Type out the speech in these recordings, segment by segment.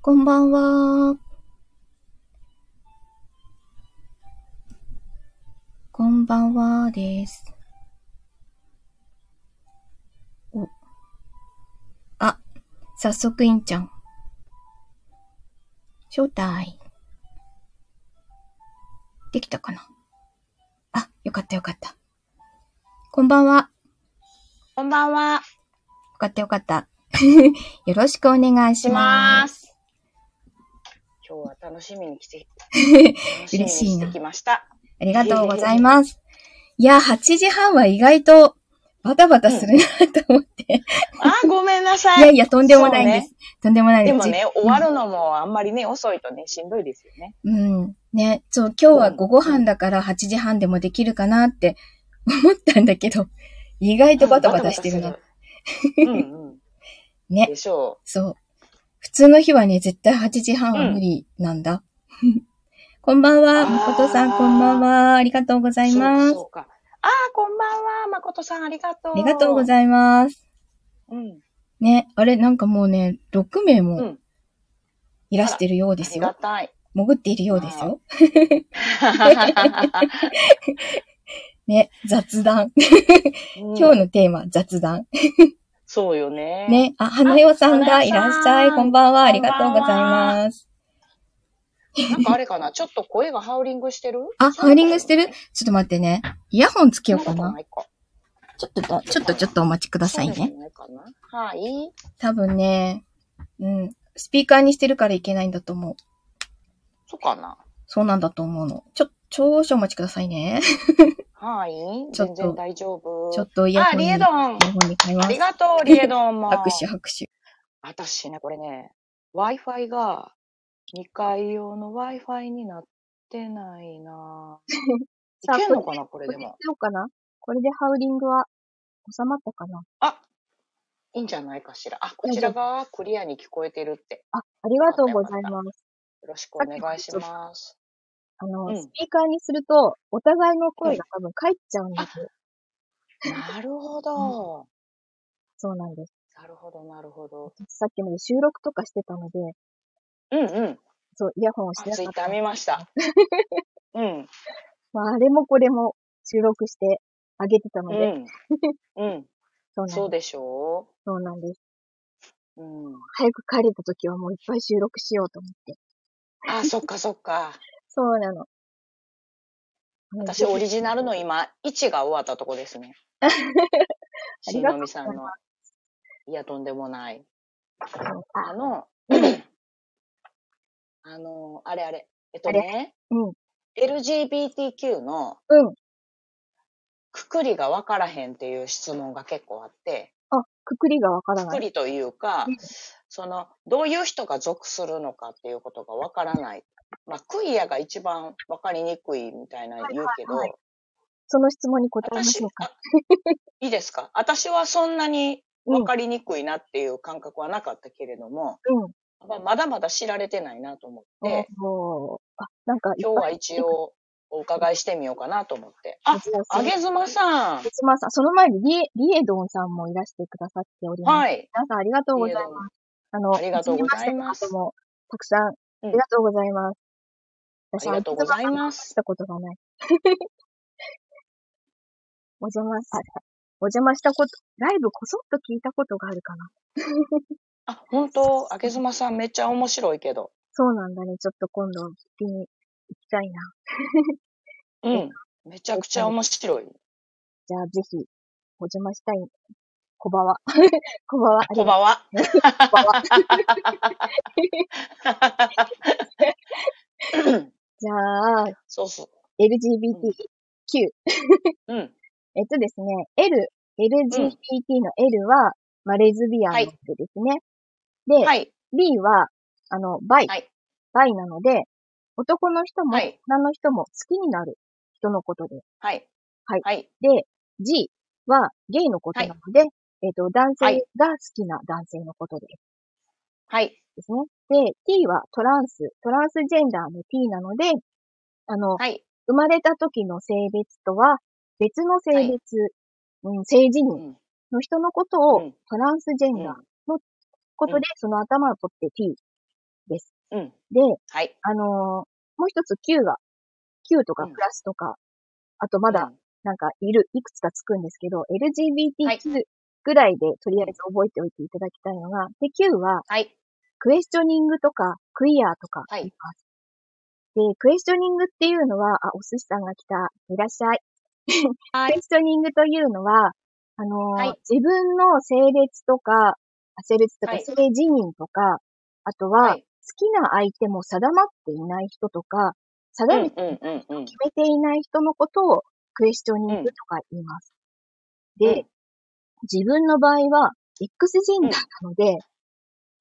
こんばんは。こんばんはです。お。あ、早速いんちゃん。招待。できたかなあ、よかったよかった。こんばんは。こんばんは。よかったよかった。 よろしくお願いししま。ますす。今日は楽しみに 来て、嬉しいな楽みにしてきました。ありがとうございます。いや、8時半は意外とバタバタ するなと思って。あ、ごめんなさい。いやいや、とんでもないです。とんでもないで。ですもね、終わるのもあんまりね、遅いとね、しんどいですよね。うん。ね、そう、今日は午後半だから8時半でもできるかなって 思ったんだけど、意外とバタバタしてるバな。タするうんうん。ねでしょそう。普通の日はね、絶対8時半は無理なんだ。 こんばんは、あー誠さん、こんばんは。ありがとうござう。いそうまかす。そうか。あー、こんばんは。まことさん、ありがとう。ありがとうごいざいます。ます。うん。ね、あれ、なんかもうね、6名うもん。いらしてるようであすりよが。たい。潜っているようですよ。今ね、雑談。今日のテーマ、雑談。そうよね。。ね、あ、花代さん花がい代さらんっしゃい。こんばんは。ありがとうございこんばんます。なんかあれかな、ちょっと声がハウリングしてるあ、ハウリングしてるそんなちょっと待ってね。イヤホンつけようこかとな。ないか。ちょっとだ、ちょっとちょっとお待ちくださいね。。はい。多分ね、うん、スピーカーにしてるからいけないんだと思う。そうかな。そうなんだと思うの。ちょ、少々お待ちくださいね。はい。ちょっと全然大丈夫。ちょっとイヤあ、ホンに、リイエヤホドン。ンに変えまあすり。がとう、リエド ンも。拍手拍手。私ね、これね、Wi-Fi が2階用の Wi-Fi になってな いないさあけんのかな、これでも。ようかなこれでハウリングは収まったかなあ、いいんじゃないかしら。あ、こちらがクリアに聞こえてるって。あ、ありがとうございます。よろしくお願いします。あのうんスピーカーにすると、お互いの声が多分返っちゃうんですよ。なるほど。そうなんです。なるほど、なるほど。さっきまで収録とかしてたので、うんうん。そう、イヤホンをしあてなツかイっッたター。見 ました。うん。まあ、あれもこれも収録してあげてたのうで、ん。うん。 そうなそんうです。でしょそうなんです。う。うん。早く帰れた時はもういっぱい収録しようと思って。あ、そっかそっ か。そうなの。私、オリジナルの今、1が終わったとこで すね。しりんがとのうみさんの。いや、とんでもない。の。あの、あの、あれあれ。えっとね、うん。 LGBTQ のうん。くくりがわからへんっていう質問が結構あって、あ、くくりがわからくなくい。りというかうん、その、どういう人が属するのかっていうことがわからない。まあ、クイアが一番わかりにくいみたいな言うけど、はいはいその質問に答えまし私ょうか。あいいですか私はそんなにうん分かりにくいなっていう感覚はなかったけれども、うん。まあ、まだまだ知られてないなと思って、おーあ、なんか、今日は一応お伺いしてみようかなと思って。あ、ああげずまさん。すまさん、その前にリエ、リエドンさんもいらしてくださっております。はい。皆さんありがとうございます。あの、ありがとうござ初めいますましての方もたくさん、あうんりがとうございます。ありがとうござい す。ますし。たことがない。お邪魔し、お邪魔したこと、ライブこそっと聞いたことがあるかな。あ、本当あげずまさんめっちゃ面白いけど。そうなんだね。ちょっと今度、聞きに行きたいな。うん。めちゃくちゃ面白い。じゃあ、ぜひ、お邪魔したい。こばは。 こばは、ありこがんとばんは。 う。こばは。じゃあ、そうそう。 LGBTQ。うん。えっとですね、L、LGBT の L は、まあ、レズビアンのはい L ですね。で、はい。 B は、あの、バイ、はいバイなので、男の人も、はい女の人も好きになる人のことで。はい。はいはい。で、G はゲイのことなので、えっ、と、男は性いが好きな男性のことではい。ですね。で、T はトランス、トランスジェンダーの T なので、あの、はい。生まれた時の性別とは別の性別、はいうん、性自う認ん。の人のことうをんトランスジェンダーうのんことで、その頭を取って T です。うん。で、はい。あのーもう一つ Q が、Q とかうんプラスとか、あとまだなんかいる、いくつかつくんですけど、はい LGBTQ ぐらいでとりあえず覚えておいていただきたいのが、で、Q ははい。クエスチョニングとかクイアとかはい言います。で、クエスチョニングっていうのは、あ、お寿司さんが来た、いらっしゃい。はクエ。スチョニングというのは、あのーはい自分の性別とか、あ性別とかはい性自認とか、あとは、はい。好きな相手も定まっていない人とか、う定んめてうんうんうん。決めていない人のことをクエスチョニングとか言います。で、自分の場合は X ジェンダーなので、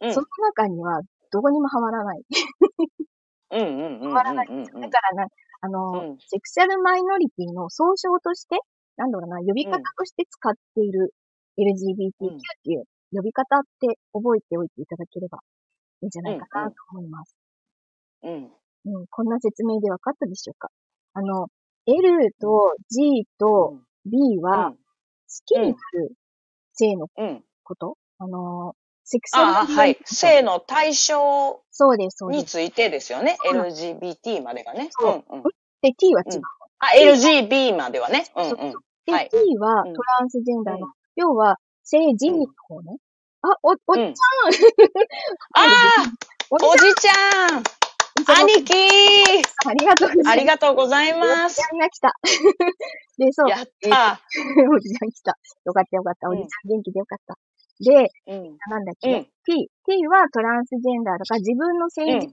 うん、その中にはどこにもはまらない。うんうんうんうんうんうん。わらないだからな、あの、うんセクシャルマイノリティの総称として、なんだろうな、呼び方として使っている LGBTQ っていう呼び方って覚えておいていただければいいんじゃないかなと思います。うん。うん、こんな説明で分かったでしょうかあの、L と G と B は、好きになる性のうん。うん。こと、あの、セクシャルマああ、イノリティはい。性の対象そうです、そうでにす。ついてですよね。う LGBT までがね。そうんうん。で、T は違う。あ、LGB まではね。うんうん。で、はい T はうんトランスジェンダーの、うん要は、性自認の方ね。あ、お、お、うん、ああおじおじちゃんさん、兄貴ありがとうござあいります。がとうございまおじちすゃんが来た。 で、そう、やった おじちゃん来た。よかったよかった。おじちゃん元気でよかった。で、うん。なんだっけ、うん T、T はトランスジェンダーだから自分の性う自認ん、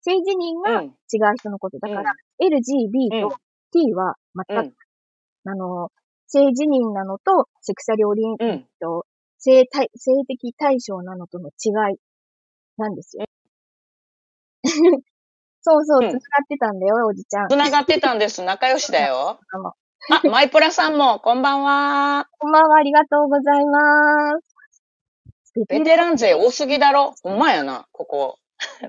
性自認うがん。違う人のことだから、LGB うんと T はう全く、ん。あの、性自認なのと、セクシャルオリエンうん。ト、性対、性的対象なのとの違いなんですよ。 そうそう、うん繋がってたんだよ、おじちゃん。繋がってたんです。仲良し だよどうも。あ、マイプラさんも、こんばんは。こんばんは、ありがとうございます。ベテラン勢多すぎだろ。ほんまやな、こ こ。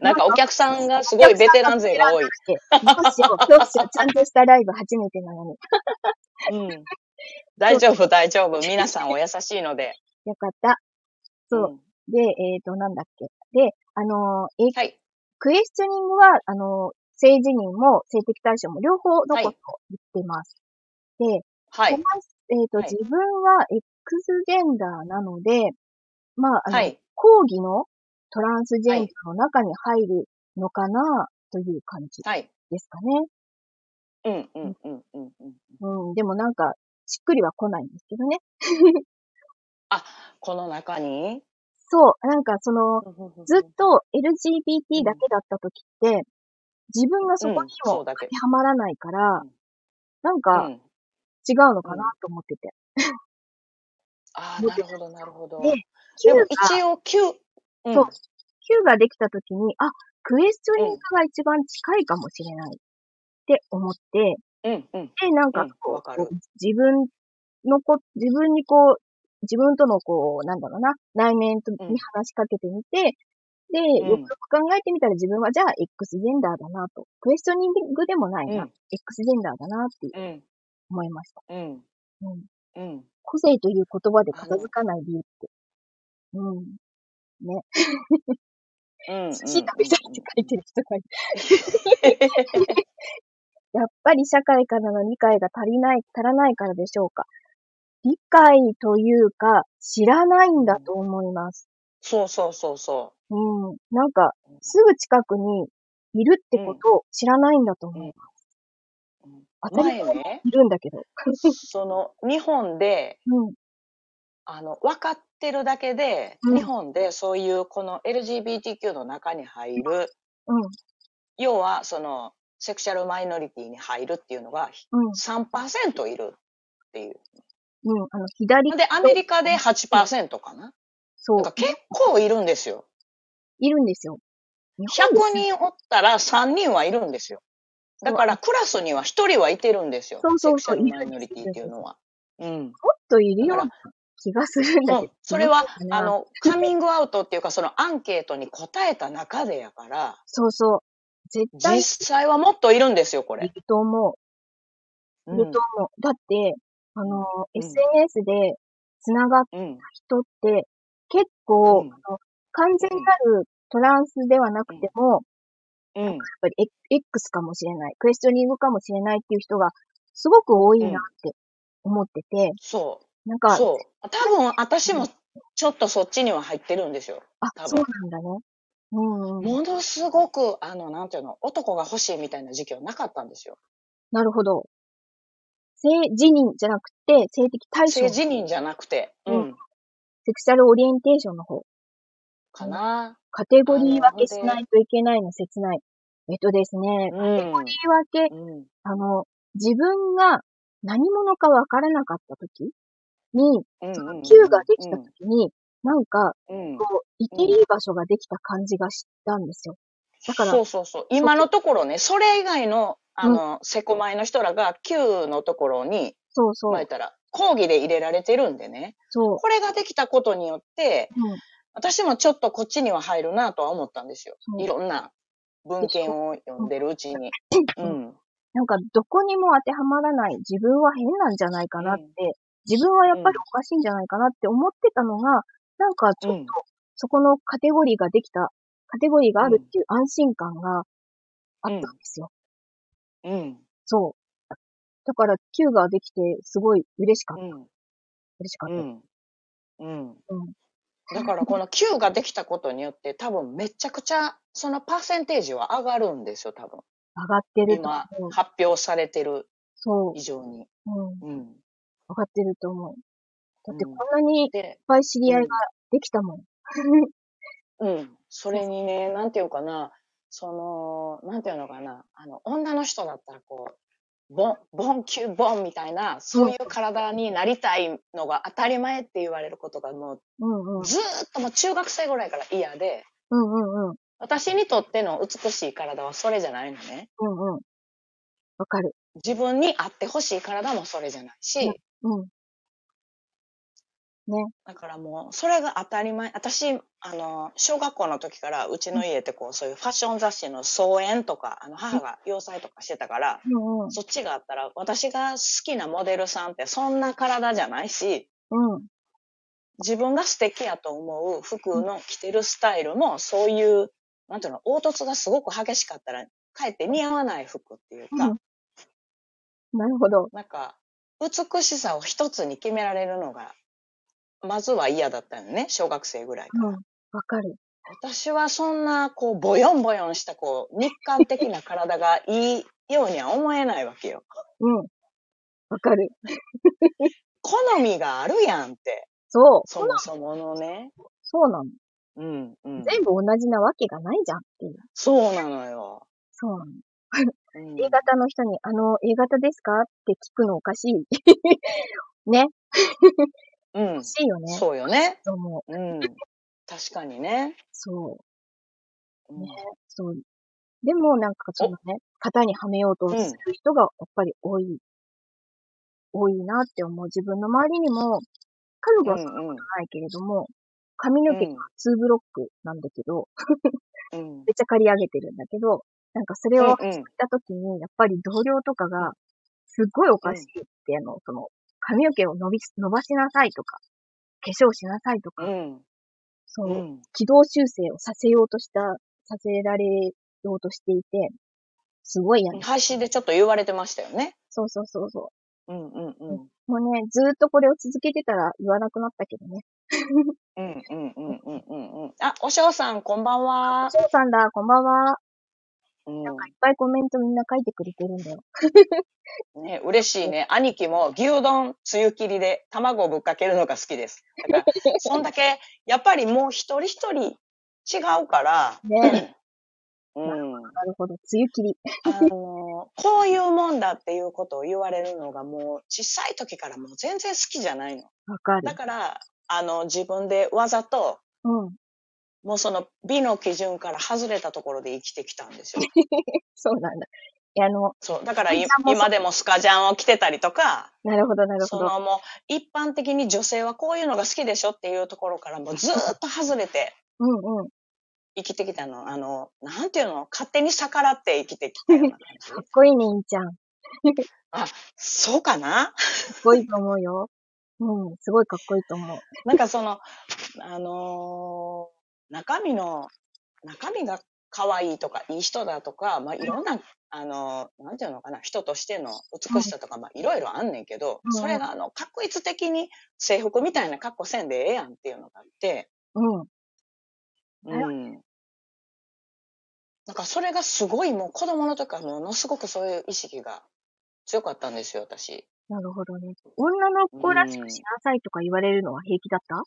なんかお客さんがすごいベテラン勢が多い。どうしよう、どうしよう、ちゃんとしたライブ初めてなのに。うん。大丈夫、大丈夫。皆さんお優しいので。よかった。そう。ん。で、えっ、と、なんだっけ。で、あのーえはい。クエスチョニングは、あのー性自認も性的対象も両方のことを言ってます。で、はこい。のえっ、と、はい自分は X ジェンダーなので、まあ、あの、はい。講義のトランスジェンダーの中に入るのかな、という感じはい。ですかね。うん、うん、うん、うん。うんうん、でもなんか、しっくりは来ないんですけどね。あ、この中にそう、なんかその、ずっと LGBT だけだった時って、自分がそこにうんそもうだけ当てはまらないからうん、なんうかん。違うのかなと思ってて。ああ、なるほど、なるほど。でで9もが、一応9。うんそう Q ができた時に、あ、クエスチョニングが一番近いかもしれないって思って、うん、うん。で、なんかうんこわう、かるこう自分のこ、自分にこう、自分とのこう、なんだろうな、内面とうんに話しかけてみて、で、んよくよく考えてみたら自分はじゃあ X ジェンダーだなと。クエスチョニングでもないな。うん X ジェンダーだなってうん、思いました。うん、うん、うん。個性という言葉で片付かない理由って。うん。うん。寿司食べたいって書いてる人がいる。る。やっぱり社会からの理解が足りない、足らないからでしょうか。理解というか、知らないんだと思います。そうそうそうそうん。なんか、すぐ近くにいるってことを知らないんだと思う。う。当たり前前にね、いるんだけど。その、日本で、うん。あの、分かってるだけで、うん日本でそういう、この LGBTQ の中に入る、うん。要は、その、セクシャルマイノリティに入るっていうのがうん。 3%いるっていう。うん。あの、左で、アメリカで8%かな。そなうんか。結構いるんですよ。いるんですよ。日本100です人おったら3人はいるんですよ。だからクラスには1人はいてるんですよ。そうそうセそうクシャルマイノリティっていうのは。うん。もっといるようだな気がするんだうけどん。それはどう、かなあの、カミングアウトっていうか、そのアンケートに答えた中でやから、そうそう。絶対い実際はもっといるんですよ、これ。ると思う。いると思う。だって、あの、うん SNS で繋がったうん。人って、結構、うんあの完全なるトランスではなくても、うん。やっぱり X かもしれない、クエスチョニングかもしれないっていう人がすごく多いなって思ってて、そなんう。か、そう。多分、私もちょっとそっちには入ってるんですよ。あ、多分そうなんだね。うん、うん。ものすごく、あの、なんていうの、男が欲しいみたいな時期はなかったんですよ。なるほど。性自認じゃなくて、性的対象性、自認じゃなくて、ううんん。セクシャルオリエンテーションの方、かな。カテゴリー分けあなるほどしないといけないの切ない。えっとですね、うカんテゴリー分け、うん。あの、自分が何者か分からなかった時に、うんそうんうんの Q ができた時に、なんか、うん。こう、いていい場所ができた感じがしたんですよ。だからそうそうそう。今のところね、それ以外の、あの、セコマイの人らが Q のところに、そうそまあ言うっ、たら、講義で入れられてるんでね。そう。これができたことによって、うん私もちょっとこっちには入るなとは思ったんですよそ。ういろんな文献を読んでるうちに。うん。 なんか、どこにも当てはまらない自分は変なんじゃないかなって、自分はやっぱりおかしいんじゃないかなって思ってたのが、なんか、ちうょっんと。そこのカテゴリーができた、カテゴリーがあるっていう安心感があったんですよ。うん。そう。だから、Q ができて、すごい嬉しかった。うん。嬉しかっうた。ん。うんうん。だからこの Q ができたことによって多分めちゃくちゃそのパーセンテージは上がるんですよ多分上がってると今思う。発表されてるそ以上に。う。うん。うん、上がってると思う。だって、うこんんなにいっで、ぱい知り合いができたもん。うん、それにねなんていうかなそのなんていうのかなあの女の人だったらこうボンボンキューボンみたいなそういう体になりたいのが当たり前って言われることがも うんうんう。ずーっともう中学生ぐらいから嫌でうんうんうん。私にとっての美しい体はそれじゃないのねうんうん。わかる。自分に合ってほしい体もそれじゃないし、うん。だからもう、それが当たり前。私、あの、小学校の時から、うちの家ってこう、そういうファッション雑誌の総演とか、あの、母が洋裁とかしてたから、うんうん。そっちがあったら、私が好きなモデルさんってそんな体じゃないし、うん。自分が素敵やと思う服の着てるスタイルも、そういう、なんていうの、凹凸がすごく激しかったら、かえって似合わない服っていうか、うんなるほど。なんか、美しさを一つに決められるのが、まずは嫌だったよね、小学生ぐらいから。うん。わかる。私はそんな、こう、ボヨンボヨンした、こう、日韓的な体がいいようには思えないわけよ。うん。わかる。好みがあるやんって、そう。そもそものね。そうなの。うん、うん。全部同じなわけがないじゃんっていう。そうなのよ。そうなの。うん、 A 型の人に、あの、A 型ですかって聞くのおかしい。うんおか。しいよね。そうよね。そう思う。うん。確かにね。そうう。ねん。そう。でも、なんかそのね、型にはめようとする人がやっぱり多い。多いなって思う。自分の周りにも、カルゴうは少ん、うなん。いけれども、髪の毛が2ブロックなんだけど、うん。めっちゃ刈り上げてるんだけど、なんかそれをうんうん知った時に、やっぱり同僚とかが、すっごいおかしいって、あの、その、髪の毛を伸び、伸ばしなさいとか、化粧しなさいとか、うん。そうの、ん。軌道修正をさせようとした、させられようとしていて、すごいやん。配信でちょっと言われてましたよね。そうそうそうそうん、うん、うん。う。もうね、ずーっとこれを続けてたら言わなくなったけどね。うん、うん、うん、うん、うん。うんあ、おしょうさん、こんばんはお。嬢さんだ、こんばんは。うんなんかいっぱいコメントみんな書いてくれてるんだよ。ね、嬉しいね。兄貴も牛丼つゆ切りで卵をぶっかけるのが好きです。だから、そんだけ、やっぱりもう一人一人違うから、ねうん。なるほど。梅雨切り。あの、こういうもんだっていうことを言われるのがもう小さい時からもう全然好きじゃないの。わかだる。から、あの、自分でわざと、うん。もうその美の基準から外れたところで生きてきたん ですよ。そうなんだ。いや、あの、そう。だからいスカジャンもそう今でもスカジャンを着てたりとか、なるほど、なるほそど。のもう一般的に女性はこういうのが好きでしょっていうところからもうずーっと外れてうんうん。生きてきたの。あの、なんていうの勝手に逆らって生きてきたような感 じ。かっこいいね、インちゃん。かそうかなっこいいと思うよ。うん、すごいかっこいいと思う。なんかその、あのー中身の、中身が可愛いとか、いい人だとか、まあ、いろんな、あの、なんていうのかな、人としての美しさとか、まあ、いろいろあんねんけど、うんそれが、あの、確率的に制服みたいな格好せんでええやんっていうのがあって、うん。うん。なんか、それがすごい、もう子供の時からものすごくそういう意識が強かったんですよ、私。なるほどね。女の子らしくしなさいとか言われるのは平気だった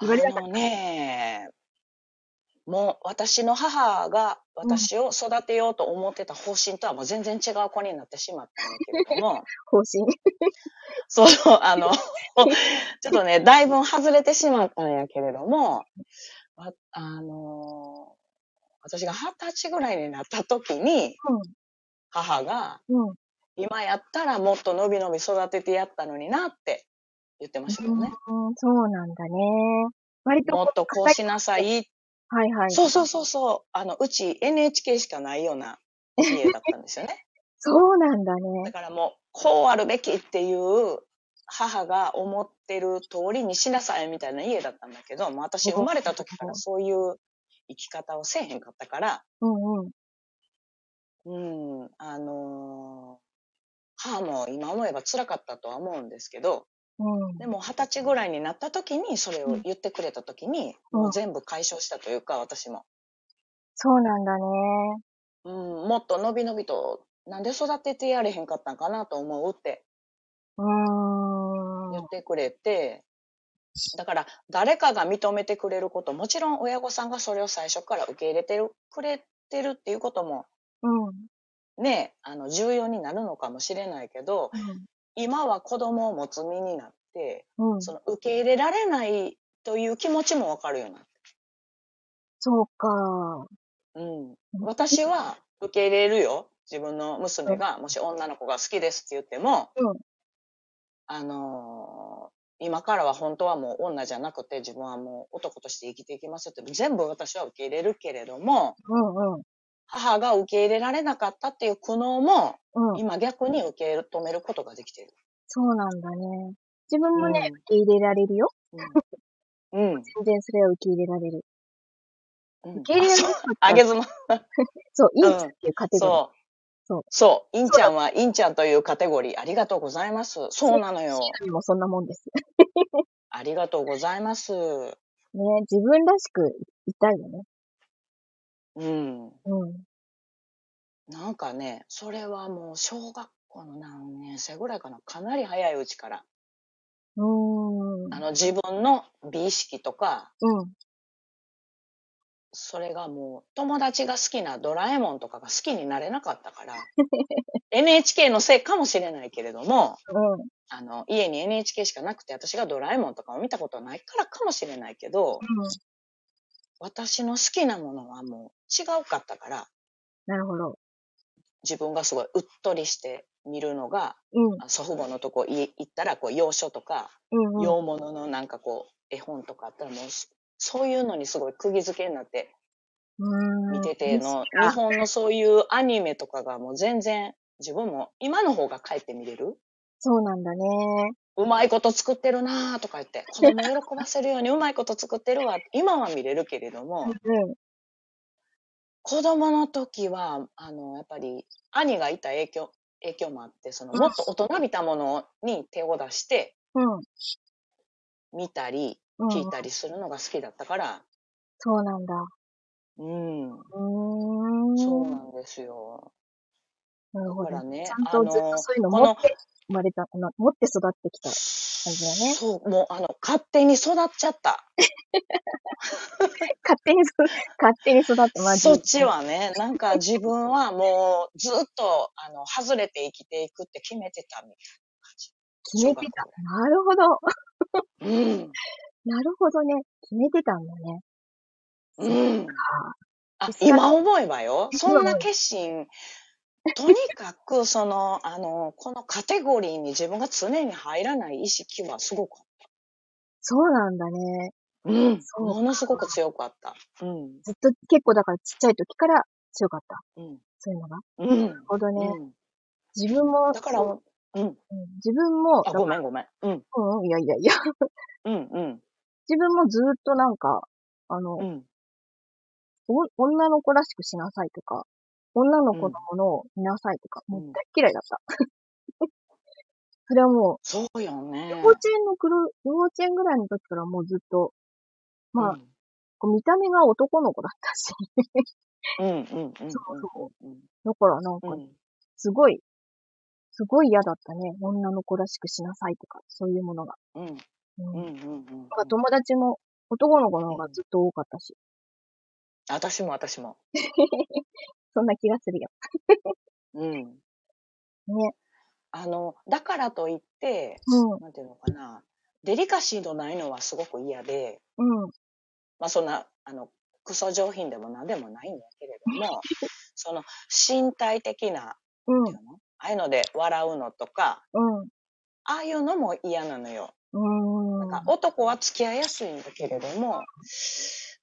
言われなかあのね、もう私の母が私を育てようと思ってた方針とはもう全然違う子になってしまったんだけれど も、方針。そうそう、あの、ちょっとね、だいぶ外れてしまったんやけれども、わあの私が二十歳ぐらいになった時に、母が、うん。うん。今やったらもっと伸び伸び育ててやったのになって言ってましたけどね。うんそうなんだね。割ともっとこうしなさいっはいはい。そうそうそうそう。あの、うち NHK しかないような家だったんですよね。 そうなんだだね。からもう、こうあるべきっていう母が思ってる通りにしなさいみたいな家だったんだけど、もう私生まれた時からそういう生き方をせえへんかったから、うんうん。うん、あのー母も今思えば辛かったとは思うんですけど、うん。でも二十歳ぐらいになった時にそれを言ってくれた時に、うんもう全部解消したというか、私も。そうなんだね。うん、もっと伸び伸びと、なんで育ててやれへんかったんかなと思うってうーん。言ってくれて、だから誰かが認めてくれること、もちろん親御さんがそれを最初から受け入れてるくれてるっていうこともうん。ね、あの、重要になるのかもしれないけど、今は子供を持つ身になって、うん。その受け入れられないという気持ちもわかるようになってそうか。うん、私は受け入れるよ。自分の娘が、もし女の子が好きですって言っても、うんあのー今からは本当はもう女じゃなくて、自分はもう男として生きていきますよって、全部私は受け入れるけれども、うんうん。母が受け入れられなかったっていう苦悩も、うん。今逆に受け止めることができている。そうなんだね。自分もね、うん受け入れられるよ。うん。うん。全然それは受け入れられる。うん受け入れられそうる。あげずま、そう、いいうんっていうカテゴリー。そう。そうそう。インちゃんは、インちゃんというカテゴリー、ありがとうございます。そうなのよ。神もそんなもんです。ありがとうございます。ね、自分らしくいたいよね。うん。うん。なんかね、それはもう小学校の何年生ぐらいかな。かなり早いうちから。うーん。あの自分の美意識とか、うん。それがもう友達が好きなドラえもんとかが好きになれなかった から、NHK のせいかもしれないけれども、うん。あの、家に NHK しかなくて私がドラえもんとかを見たことないからかもしれないけど、私の好きなものはもう違うかったから、なるほど。自分がすごいうっとりして見るのが、うん。あ祖父母のとこ家行ったら、こう、洋書とか、うんうん。洋物のなんかこう、絵本とかあったらもうそ、そういうのにすごい釘付けになってうーん見てての、うん日本のそういうアニメとかがもう全然、自分も今の方が帰って見れるそうなんだね。うまいこと作ってるなぁとか言って、子供喜ばせるようにうまいこと作ってるわって、今は見れるけれどうも、ん。子供の時は、あの、やっぱり兄がいた影響、影響もあって、そのうんもっと大人びたものに手を出してうん。見たり、うん。聞いたりするのが好きだったから、そうなんだ。うん、うーん。そうなんですよ。なるだほかどら。ね、ちゃんとずっとそういうのこ持のって生まれた、あの持って育ってきた。感じだねそう、もうあの、勝手に育っちゃった。勝手にそ、勝手に育ってまそっち。はね、なんか自分はもうずっと、あの、外れて生きていくって決めてたみ決めてた。なるほど。たいな。うん。なるほどね。決めてたんだね。うん。あで、す今思えばよ。今そ思えんばな決心、とにかく、その、あの、このカテゴリーに自分が常に入らない意識はすごく、そうなんだね。うん。そうものすごく強かった。うん。ずっと結構だからちっちゃい時から強かった。うん。そういうのが。なうるん。ほどうね。ん、自分も、だから、ううん。ん自分も、あ、ごめんごめん。うん。 うんうん、いやいやいや、うんうん。自分もずーっとなんか、あの、うん。すごい女の子らしくしなさいとか、女の子のものを見なさいとか、うもんう大嫌いだった。 それはもそうよう、ね。幼稚園のくる、幼稚園ぐらいの時からもうずっと、まあ、こう見た目が男の子だったし、うん、うん、うん、うん。そうそうんだからなんかう、ん。すごい、すごい嫌だったね。女の子らしくしなさいとか、そういうものが。うん、うんうん、うなんんうん。か友達も男の子の方がずっと多かったし、私も、私も。そんな気がするよ。うん。ね。あの、だからといって、うなんていうのかな、デリカシーのないのはすごく嫌で、ん。うん。まあそんな、あの、クソ上品でも何でもないんだけれども、 その身体的な、うんなんていうのああいうので笑うのとか、。うん。ああいうのも嫌なのよ。うーなんん。か男は付き合いやすいんだけれども、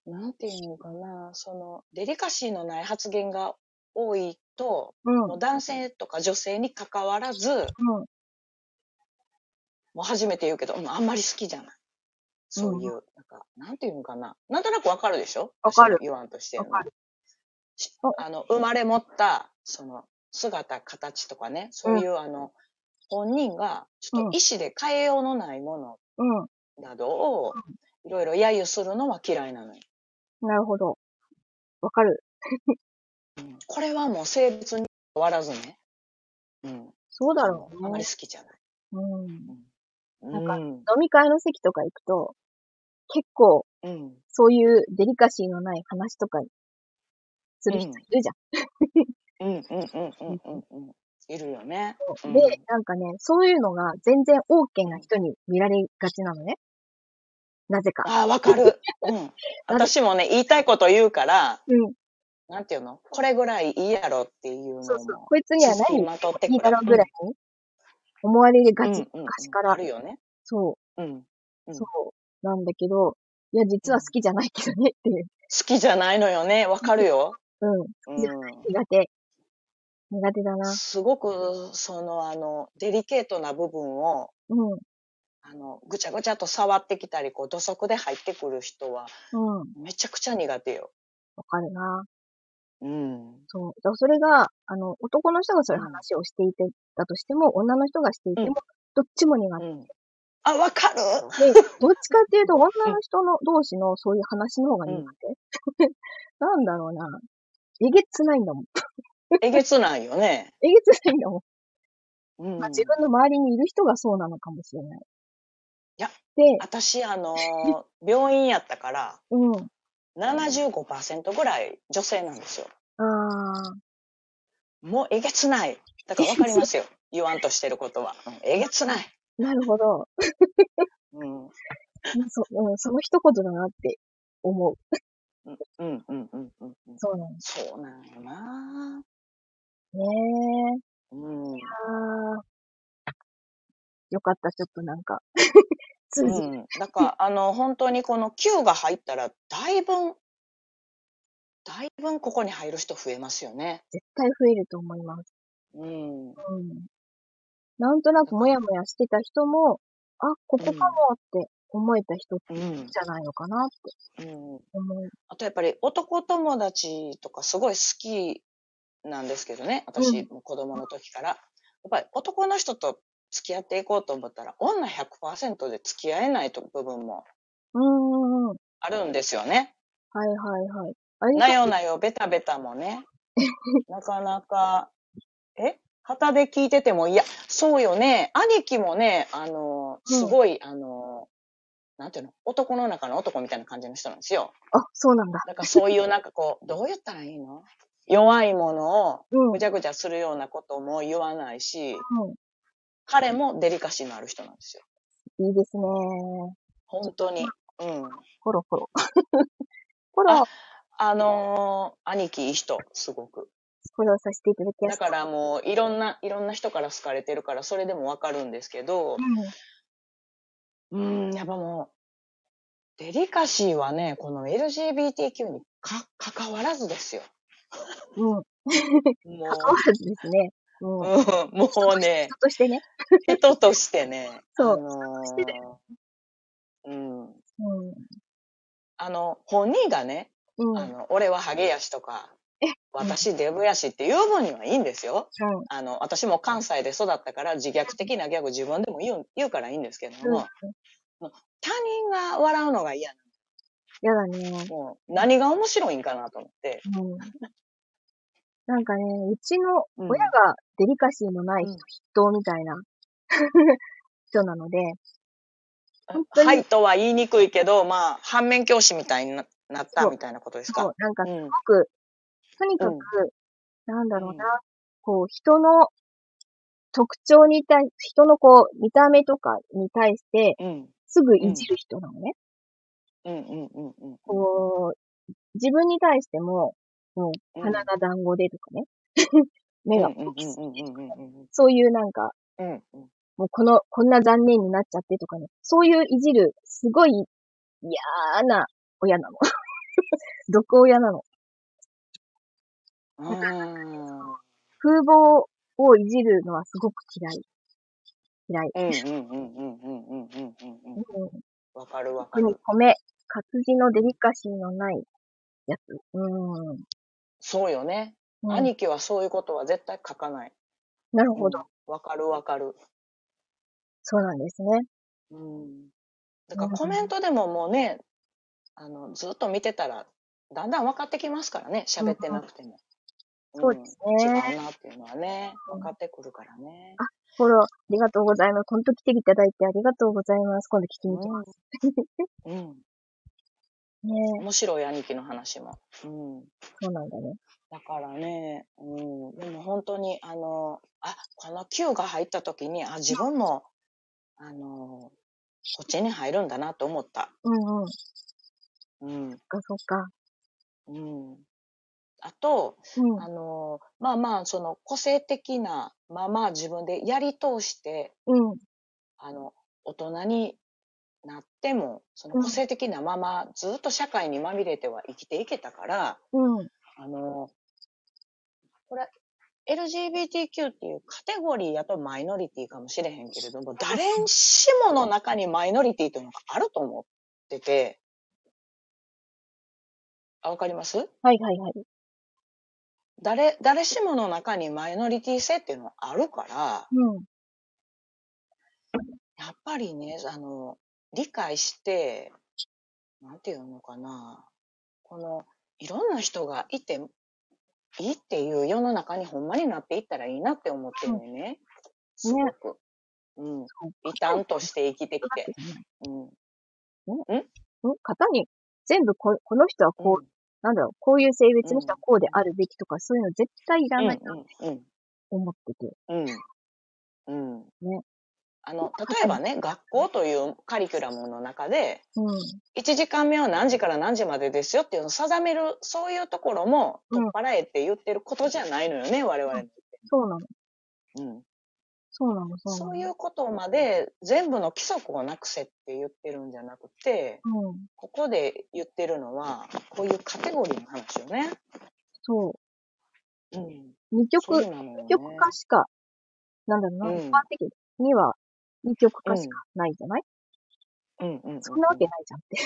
なんていうのかな、その、デリカシーのない発言が多いと、うん。もう男性とか女性に関わらず、うん。もう初めて言うけど、うんあんまり好きじゃない。そういう、なんか、なんていうのかな。なんとなくわかるでしょわかる私の言わんとしてるのわかるしあの、生まれ持った、その、姿、形とかね、そういう、あの、本人が、ちょっと意思で変えようのないもうのなどを、いろいろ揶揄するのは嫌いなのよ。ん。なるほど。わかる。うんこれはもう性別に変わらずね。うん。そうだろあうんまりね。好きじゃない。うん。飲なんかうん。み会の席とか行くと、結構、うん。そういうデリカシーのない話とかする人いるじゃん。うんうんうんうんうんうん。いるよね。うんで、なんかね、そういうのが全然 OK な人に見られがちなのね。なぜか。ああ、わかる。うん。私もね、言いたいこと言うから、うん。なんていうのこれぐらいいいやろっていうのも。そうそう。こいつには知識何まとっていいだろうぐらいに思われがち。うんうんうん昔かあら。るよね。そうん。うう。んそう。なんだけど、いや、実は好きじゃないけどねっていう。好きじゃないのよね。わかるよ。うん。う苦手。苦手だん。な。すごく、その、あの、デリケートな部分を、うん。あの、ぐちゃぐちゃと触ってきたり、こう、土足で入ってくる人は、うん。わめちゃくちゃ苦手よ。かるな。うん。そう。だからそれが、あの、男の人がそういう話をしていて、だとしても、女の人がしていても、うんどっちも苦う手。ん。あ、わかるで、どっちかっていうと、女の人の同士のそういう話の方が苦手。うんなんだろうな。えげつないんだもん。えげつないよね。えげつないんだもん。うんまあ、自分の周りにいる人がそうなのかもしれない。や。で、私、あのー病院やったから、うん。 75%ぐらい女性なんですよ。ああ、もうえげつない。だからわかりますよ。 言わんとしてることは。うんえげつない。なるほど。うん。そうん、その一言だなって思う。うん、うん、うん、うん。うんそうなんでそうなんよなすね。うん。うん。あーよかった、ちょっとなんか。通じる。だから、あの、本当にこの Q が入ったら、だいぶん、だいぶんここに入る人増えますよね。絶対増えると思います。うん。うん。なんとなくもやもやしてた人も、あ、ここかもって思えた人うじん。ゃないのかなってうん。思う。あとやっぱり男友達とかすごい好きなんですけどね。私、も子供の時から。やっぱり男の人と付き合っていこうと思ったら、女100%で付き合えないと部分もうーん。はいあるんですよね。はいはい。あれなよなよ、ベタベタもね。なかなか、え旗で聞いてても、いや、そうよね。兄貴もね、あの、うんすごい、あの、なんていうの男の中の男みたいな感じの人なんですよ。あ、そうなんだ。なんかそういうなんかこう、ど う言ったらいいの弱いものをうん。うぐちゃぐちゃするようなことも言わないし、ん。彼もデリカシーのある人なんですよ。いいですね。本当に。うん。コロ コロ。コロ、あのー兄貴いい人、すごく。フォローさせていただきまだしかた。らもう、いろんな、いろんな人から好かれてるから、それでもわかるんですけどう、ん。うん、やっぱもう、デリカシーはね、この LGBTQ にか、関わらずですよ。うん。も関わらずですね。う、うん。うん、もうね人、としてね。人としてね。そうあのー人としてだうん。うん。あの、本人がね、うん。あはい。の、俺はハゲやしとかえ、私デブやしっていう分にはいいんですよ。あの、私も関西で育ったから自虐的なギャグ自分でも言う、言うからいいんですけどうんも、他人が笑うのが嫌なやだね。の。もう何が面白いんかなと思って。うん。なんかね、うちのうん親がデリカシーのない人うん筆頭みたいな 人なので、当にはいとは言いにくいけど、まあ、反面教師みたいにななっそたうみたいなことですそかう、なんかうすんごく、とにかうんく、なんだろうな、うこう、人の特徴に対、人のこう、見た目とかに対して、うん。すぐいじる人なのね。うんうんうんうん。こう、自分に対しても、もう、うん鼻が団子でと かね。 目がうんうん大きすぎうてんとうかんうんうんそういうなんか、うんうん。もうこの、こんな残念になっちゃってとかね。そういういじる、すごい嫌な親なの。 毒親なの。あー風貌をいじるのはすごく嫌い。嫌い。うんうんうんうんうんうんうんうんうん。うんわかるわか特にる。米、活字のデリカシーのないやつ。うん。うんそうよね。兄貴はそういうことは絶対書かない。なるほど。うんわかるわかる。そうなんですね。うん。だからうんコメントでももうね、あの、ずっと見てたら、だんだん分かってきますからね、喋ってなくても。んそうですねん違うなっていうのはね、分かってくるからね。フォロー、ありがとうございます。本当来ていただいてありがとうございます。今度聞きに行きます。うん。ねえ面白い兄貴の話も。うん。そうなんだね。だからね、うん、でも本当に、あの、あ、この Q が入った時に、あ、自分も、あの、こっちに入るんだなと思った。うんうん。そっうん。かそっか。うん。あと、うん。あの、まあまあ、その個性的なまま自分でやり通して、うん。あの、大人になっても、その個性的なままずっと社会にまみれては生きていけたから、うん。あの、これ、LGBTQ っていうカテゴリーやとマイノリティかもしれへんけれども、誰しもの中にマイノリティというのがあると思ってて、あ、わかりますはいはいはい。誰、誰しもの中にマイノリティ性っていうのはあるから、うん。やっぱりね、あの、理解して、なんていうのかな、この、いろんな人がいて、いいっていう世の中にほんまになっていったらいいなって思ってるのよね。すごく。うん。異端として生きてきて。うん。うん。型に、全部ここの人はこう、なんだろう、こういう性別の人はこうであるべきとか、そういうの絶対いらうん。なういとん。うん。思ってて。うん。うん。ねあの、例えばね、学校というカリキュラムの中で、うん。 1時間目は何時から何時までですよっていうのを定める、そういうところもうん取っ払えって言ってることじゃないのよね、我々。そうなの。うん。そうなの、そうなの。そういうことまで全部の規則をなくせって言ってるんじゃなくて、うん。ここで言ってるのは、こういうカテゴリーの話よね。そう。うん。二そう極、なのよね二極化しか、なんだろうな、うん一般的には二極化しかないじゃない、うんうんうん。そんなわけないじゃんって。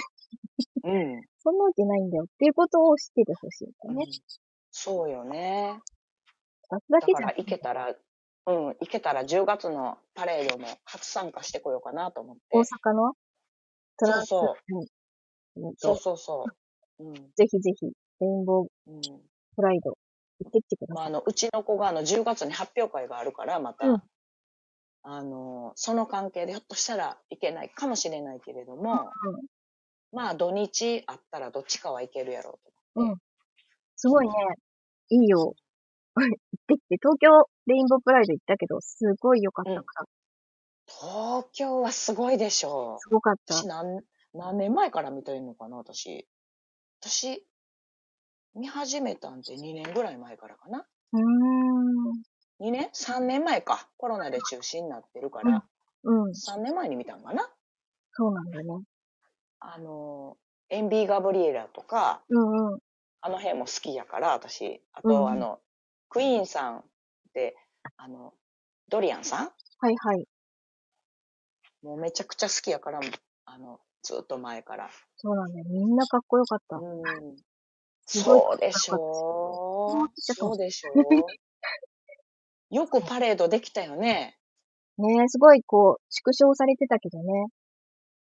うん。そんなわけないんだよっていうことを知っててほしいんだようんね。そうよね。二つだだけじかゃら行けたら、うん、行けたら10月のパレードも初参加してこようかなと思って。大阪のトランス、そううんうんとそうそうそう。うん。ぜひぜひ、レインボーうんプライド、行ってきてくだまあ、さあい。のうちの子があの10月に発表会があるからまた、うんあのその関係でひょっとしたらいけないかもしれないけれども、まあ土日あったらどっちかはいけるやろすごいね、いいよ。 行ってきて、東京レインボープライド行ったけど、すごい良かったから、うと。東京はすごいでしょすごかっう。た。私何何年前から見てるのかな私。私見始めたんって2年ぐらい前からかな。うーん。 2年 ?3 年前か。コロナで中止になってるから、うん、 3年前に見たんかな。そうなんだね。あの、エンビー・ガブリエラとか、うんうん。あの辺も好きやから、私。あと、うんあの、クイーンさんで、あの、ドリアンさはいはい。んもうめちゃくちゃ好きやから、あの、ずっと前から。そうなんだよ。みんなかっこよかった。うん。すごいそうでしょう。そうでしょう。よくパレードできたよね。ねすごいこう、縮小されてたけどね。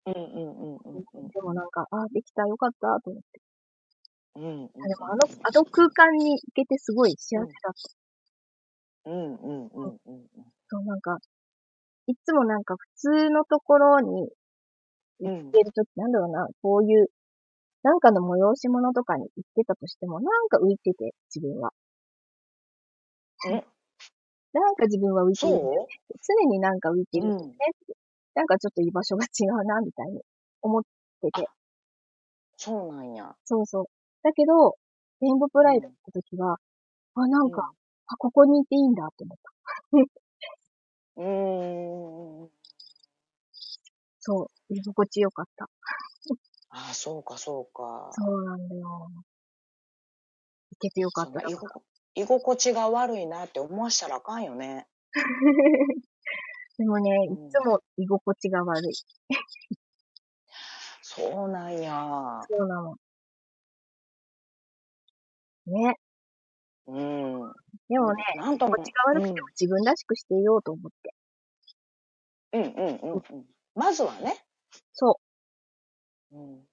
うんうんうんうんうんでもなんか、ああ、できた、よかった、と思って。うんうん。あでもあの、あの空間に行けてすごい幸せだった。うんうんうんうんそう、なんか、いつもなんか普通のところにう行んってるとき、なんだろうな、こういう、なんかの催し物とかに行ってたとしても、なんか浮いてて、自分は。えなんか自分は浮いてる。そ常になんか浮いてうるうよねん。って、なんかちょっと居場所が違うな、みたいに思ってて。そうなんや。そうそう。だけど、レインボープライド行ったときは、あ、なんか、あ、ここにいていいんだって思った。うん。うんそう。居心地よかった。ああ、そうかそうか。そうなんだよ。行けてよかそっんたな。居心居心地が悪いなって思わしたらあかんよね。 でもね、いうんつも居心地が悪い。そうなんや。そうなの。ね。うん。でもね、なんと居も。心地が悪くても自分らしくしていようと思って。うんうんうんうんうん。まずはね。そうん。う。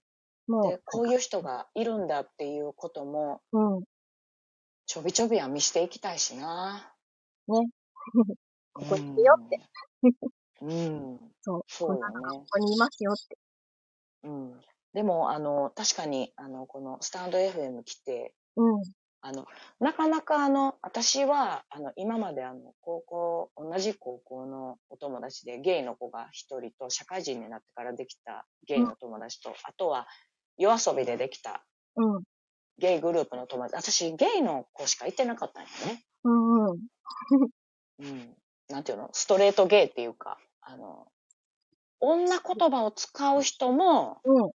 もでう、、こういう人がいるんだっていうことも、うん。ちょびちょびは見していきたいしな。 ね。ここにいるよって。うん。そう。そうよねこんなのがここにいますよって。うん。でも、あの、確かに、あの、このスタンド FM 来て、うん。あの、なかなかあの、私は、あの、今まであの、高校、同じ高校のお友達で、ゲイの子が一人と、社会人になってからできたゲイの友達と、あとは、夜遊びでできたうん。ゲイグループの友達、私、ゲイの子しかいてなかったんよね。うんうん。うん。なんていうのストレートゲイっていうか、あの、女言葉を使う人も、うん。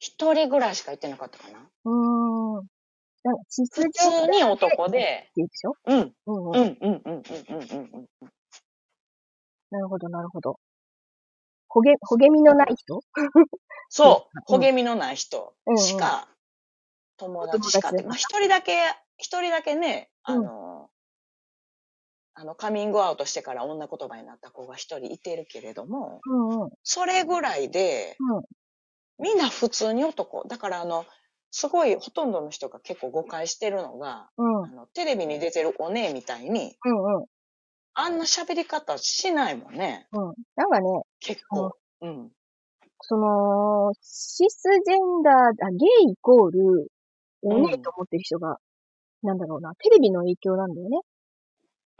一人ぐらいしかいてなかったかな。うーん。なんか、地図普通に男でっ、ていうでしょうん、うん、う。うんん、うん、うん、うん、うん、うん。なるほど、なるほど。ほげ、ほげみのない人そうう、ん焦げ身のない人しか、友達しかっお友達て、まあ一人だけ、一人だけね、あの、あの、カミングアウトしてから女言葉になった子が一人いてるけれども、うんうん。うん。それぐらいで、みんな普通に男。だからあの、すごいほとんどの人が結構誤解してるのが、うん。うあのテレビに出てるお姉みたいに、んうん。あんな喋り方しないもんね、うん。なんかね、結構。うん。その、シスジェンダー、あ、ゲイイコール、おうんねえと思ってる人が、なんだろうな、テレビの影響なんだよね。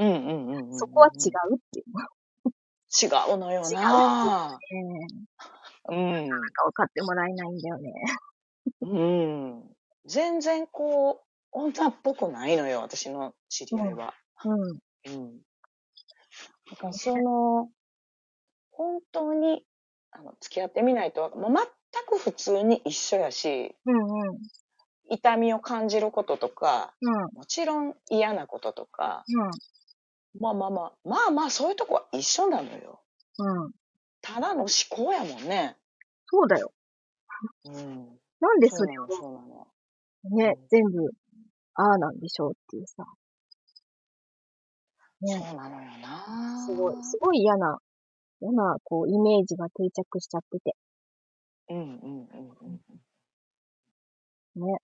うんうんうんうんうん。そこは違うっていうのが違うのよなね、うん。なんか分かってもらえないんだよね。うん。全然こう、女っぽくないのよ、私の知り合いは。うん。うん。だからその、本当に、あの、付き合ってみないとわ、もう全く普通に一緒やし、うんうん。痛みを感じることとか、うん。もちろん嫌なこととか、うん。まあまあまあ、まあまあ、そういうとこは一緒なのよ。うん。ただの思考やもんね。そうだよ。うん。なんでそそうれなをの、そうなの。ね、全部、ああなんでしょうっていうさ。ねそうなのよなすごい、すごい嫌な、嫌な、こう、イメージが定着しちゃってて。うんうんうんうん。ね。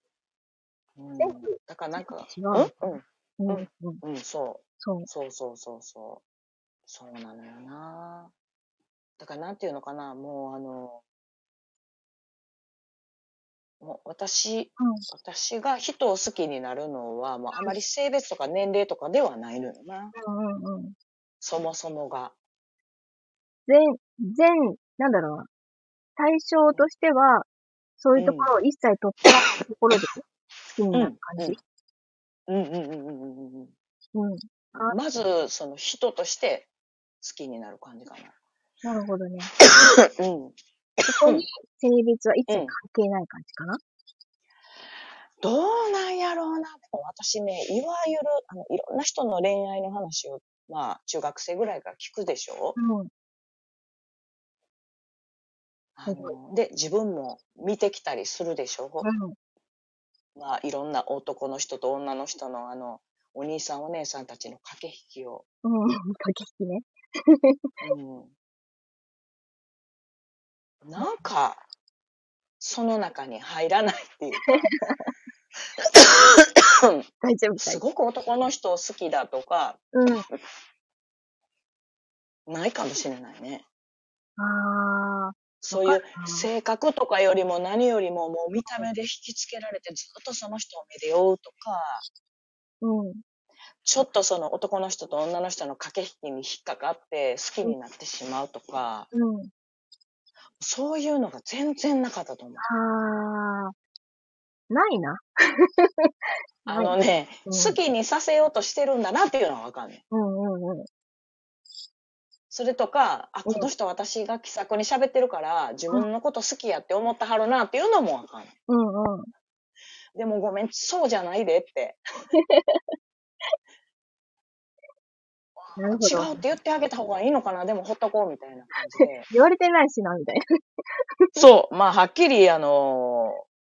うん全部、だからなんか、違ううんうんん、うん、うん、うん、そそうう、。そうそうそうそう。そうなのよなだからなんていうのかな、もうあの、もう私、うん私が人を好きになるのは、もうあまり性別とか年齢とかではないのよな。うん、うん、うん。そもそもが。全、全、なんだろうな。対象としては、そういうところを一切取ったところで、好きになる感じ。うんうんうんうんうんうんうん、うあん。まず、その人として好きになる感じかなるほどね。な。うん。そこに性別は一切関係ない感じかな。どうなんやろうな。でも私ね、いわゆる、あの、いろんな人の恋愛の話を、まあ、中学生ぐらいから聞くでしょうん、あので、自分も見てきたりするでしょう。ん。まあ、いろんな男の人と女の人の、あの、お兄さんお姉さんたちの駆け引きを。うん。駆け引きね。うん、なんか、その中に入らないっていうか大丈夫、大す丈ごく男の人を好きだとか、夫。うん。ないかもしれないね。ああ。そういう性格とかよりも何よりももう見た目で引きつけられてずっとその人を目で追うとか、うん。ちょっとその男の人と女の人の駆け引きに引っかかって好きになってしまうとか、うん。そういうのが全然なかったと思う。ああ。ないな。 あのね、うん好きにさせようとしてるんだなっていうのはわかんない。うんうんうん。それとか、あ、うんこの人私が気さくに喋ってるから、自分のこと好きやって思ったはるなっていうのもわかんない。うんうん。でもごめん、そうじゃないでって。なるほ違ど。うっ。て言ってあげた方がいいのかな、でもほっとこうみたいな感じで言われてないしな、みたいな。そう、まあはっきり、あのー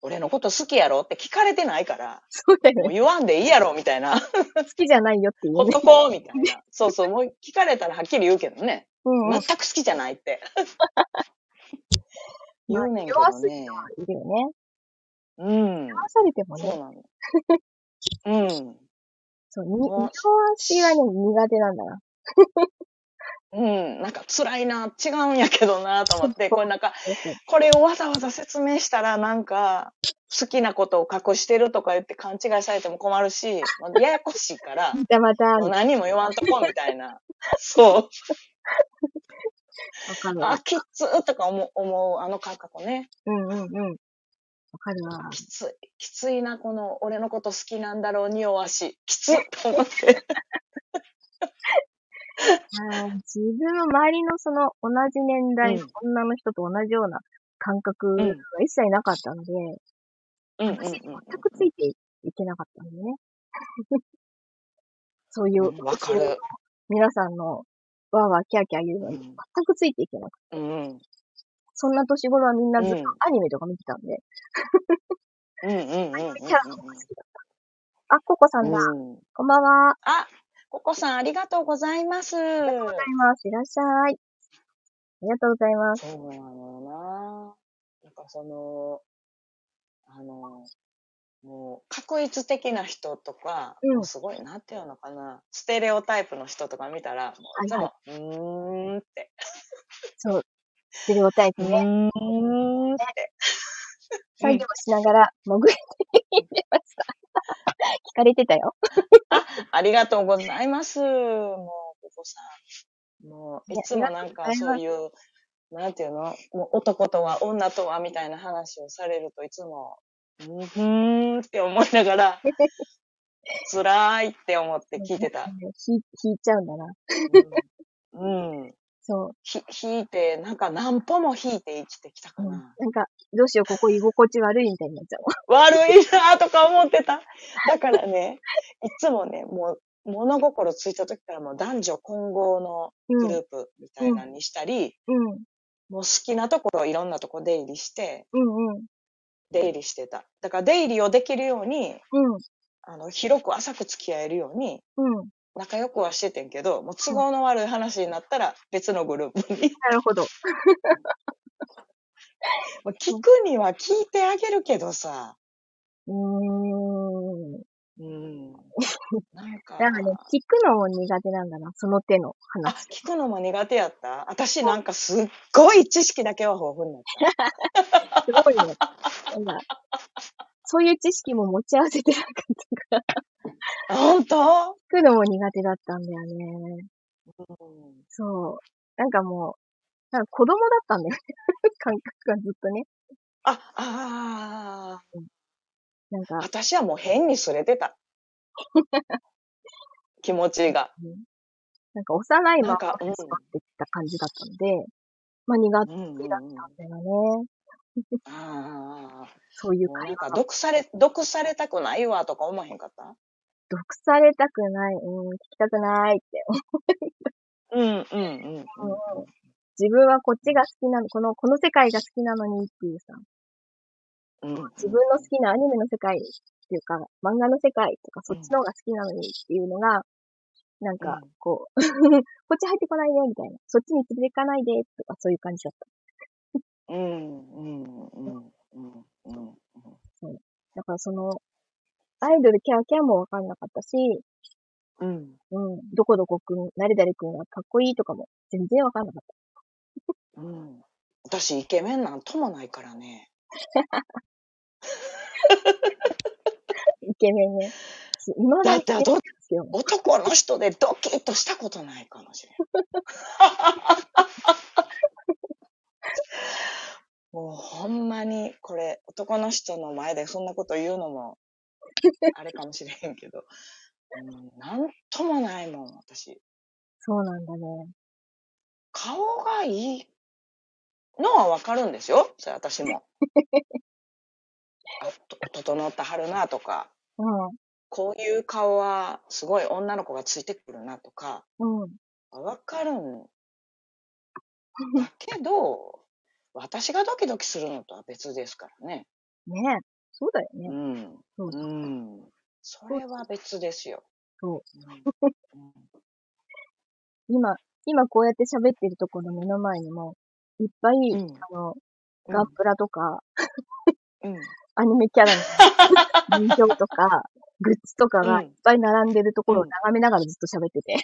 俺のこと好きやろって聞かれてないから、そうだよもうね。言わんでいいやろみた いな。好きじゃないよって言ほうっね。とこうみたいな。そうそう、もう聞かれたらはっきり言うけどね。うんうん全。く好きじゃない って。言うねんけ弱どすぎねて。はいるよね。うん。騙されてもそね。うなの。うん。そう、に、もう弱しはね、苦手なんだな。うん。なんか辛いな、違うんやけどな、と思って、これなんか、そうこれをわざわざ説明したら、なんか、好きなことを隠してるとか言って勘違いされても困るし、まあややこしいから、またまた、もうわ何も言わんとこみたいな。そかるう。わあ、。きっつーとか思う、思う、あの感覚ね。うんうんうん。わかるわ。きつい、きついな、この、俺のこと好きなんだろう、匂わし。きついと思って。あー自分の周りのその同じ年代のうん女の人と同じような感覚がうん一切なかったので、うんうん私全うん。くついていけなかったのね。 そういう、わかる。皆さんのわーわーキャーキャー言うのにうん全くついていけなくて。うんうん。そんな年頃はみんなずっとうんアニメとか見てたんで、うんうんうんうんうんキャラの方が好きだった。あ、ココさんだ。うん。うん。こんばんは。ああ、ココさんありがとうございます。そうなりがとうのございます。いらっしゃい。ありがとうございます。よな。なんかその、あの、もう、確率的な人とか、うんもうすごい、なんていうのかな、ステレオタイプの人とか見たら、もういつも、うーんって、そう。ステレオタイうプね。ーんって。作業しながら潜れていってました。聞かれてたよ。ありがとうございます。もう、ココさん。もう、いいやつもなんあかりがそとうござういう、なんていうのもう男とは女とはみたいな話をされるといつも、うーんって思いながら、辛いって思って聞いてた。ひ引いちゃうんだな。うん。うんそう。ひ、引いて、なんか何歩も引いて生きてきたかうんな。なんか、どうしよう、ここ居心地悪いみたいになっちゃう。悪いなとか思ってた。だからね、いつもね、もう物心ついた時からもう男女混合のうグん、ループみたいなのにしたり、うん、もう好きなところいろんなとこ出入りして、うん、うん、出入りしてた。だから出入りをできるように、うん、あの、広く浅く付き合えるように、うん。仲良くはしててんけど、もう都合の悪い話になったら別のグループに。なるほど。もう聞くには聞いてあげるけどさ、うーん。うん。なんか、だからね、聞くのも苦手なんだな、その手のあ話。、聞くのも苦手やった私なんかすっごい知識だけは豊富になっすごいね。今そういう知識も持ち合わせてなかったから、た。本当聞くのも苦手だったんだよね。うんそう。なんかもう、なんか子供だったんだよね。 感覚がずっとね。あ、あなんかあ、、私はもう変にすれて た。気持ちが。なんか幼いまなまんか育うんってきた感じだったので、まあ苦手うんうんうんだったんだよね。ああそういうもうな会んか話が。毒され、毒されたくないわとか思わへんかった毒されたくない、うん、聞きたくないって。うんうんうん。自分はこっちが好きなの、この、この世界が好きなのにっていうさ、うん。自分の好きなアニメの世界っていうか、漫画の世界とか、そっちの方が好きなのにっていうのが、なんかうん、こう、 こっち入ってこないで、みたいな。そっちに連れていかないで、とか、そういう感じだった。うん。うん。うん。うん。うん。だからその、アイドルキャーキャーもわかんなかったし、うん。うん、どこどこくん、誰々くんがかっこいいとかも、全然わかんなかっうん。私、イケメンなんともないからね。た。イケメンね。今だだっってて、どですよ。男の人でドキッとしたことないかもしれん。 もうほんまに、これ、男の人の前でそんなこと言うのも、 あれかもしれへんけど、うん、なんともないもん、私。そうなんだね。顔がいいのはわかるんですよ、それ私も。あと整ってはるなとか、うこういう顔はすごい女の子がついてくるなとか、ん。うん。わかるんだけど、私がドキドキするのとは別ですからね。ねえ。そうだようね。ん。。そううそうんそれは別ですよ。そううん。うん今、今こうやって喋ってるところの目の前にも、いっぱい、うんあの、うんガンプラとか、うん。アニメキャラの 人形とか、グッズとかがうんいっぱい並んでるところをうん眺めながらずっと喋ってて、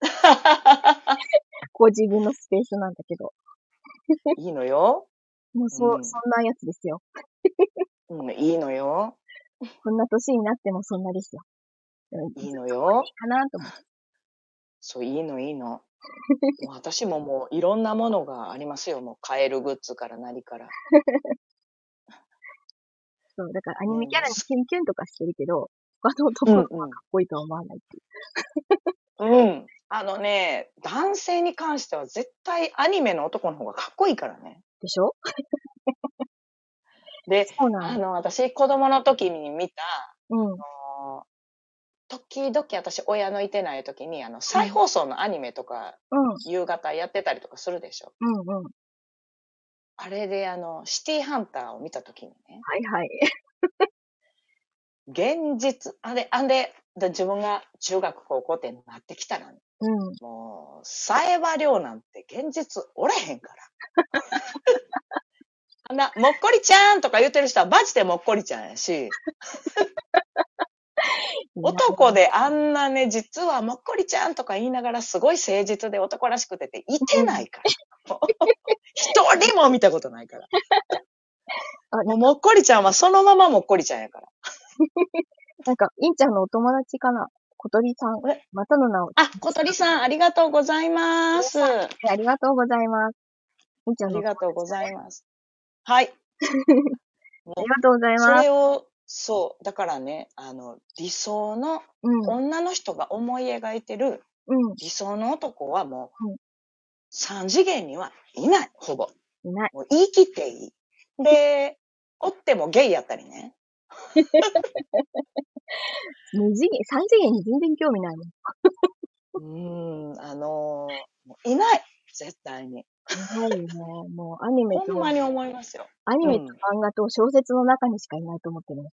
こう自分のスペースなんだけど、いいのよ。もうそう、うんそんなやつですよ。うん、いいのよ。こんな年になってもそんなですよ。うんいいのよいい。かなと思って。そう、いいの、いいの。もう私ももういろんなものがありますよ。もう買えるグッズから何から。そう、だからアニメキャラにキュンキュンとかしてるけど、他の男の子うっん。ぽいとは思わないっていう。うん。あのね、男性に関しては絶対アニメの男の方がかっこいいからね。でしょで、そうなあの。の、私、子供の時に見た、うん。あの時々私、親のいてない時に、あの、再放送のアニメとか、うん。夕方やってたりとかするでしょ。うん。うん。はあれで、あの、シティハンターを見た時にね、いはい。現実、あれ、あんで、で自分が中学、高校ってなってきたら、うん。もう、サエバ量なんて現実おれへんから。 あんな、もっこりちゃんとか言ってる人はマジでもっこりちゃんやし、男であんなね、実はもっこりちゃんとか言いながらすごい誠実で男らしくてて、いてない から。もう一人も見たことない から。あもうもっこりちゃんはそのままもっこりちゃんやから。なんか、インちゃんのお友達かな小鳥さんえ。またの名を。あ、小鳥さんありがとうございます。あありがとうございます。インちゃんの。りあがとうございます。はい。りがとうござい そます。れを、そう、だからね、あの、理想の、うん。女の人が思い描いてるう理想の男はもう、うん三次元にはいない、ほぼ。ん。いない。もう言い切っていい。で、おってもゲイやったりね。二次元、三次元に全然興味ないね。うーん、あのーもういない、絶対に。いないよね。もう、アニメほんと、まに思いますよ。アニメうとん漫画と小説の中にしかいないと思ってるね。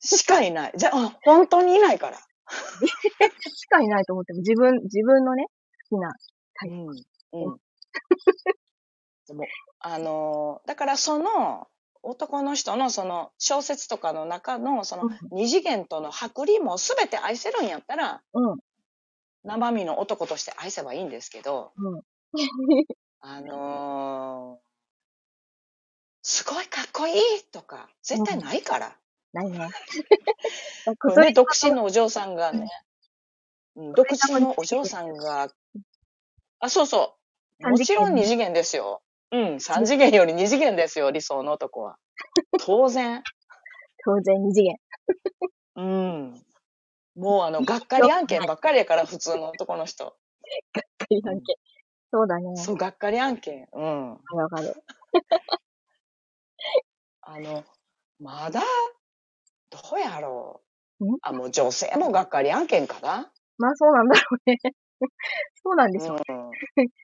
しかいない。じゃあ、本当にいないから。しかいないと思っても、自分、自分のね、好きな。はいうん。うん。でも、あのーだからその、男の人のその小説とかの中のその二次元との剥離も全て愛せるんやったら、うん。生身の男として愛せばいいんですけど、うん。 あのーすごいかっこいいとか、絶対ないから。ない ね。小これね、鳥独身のお嬢さんがね、うん独身のお嬢さんが、あ、そうそう。三も次ち元ろん二次元ですよ。うん、三次元より二次元ですよ、理想の男は。当然。当然二次元。うん。もうあの、がっかり案件ばっかりやから、普通の男の人。い関係。そうだね。そう、がっかり案件。うん。わかるわかる。。あの、まだ、どうやろうんあ、もう女性もがっかり案件かな。まあそうなんだろうね。 そうなんですよ。うん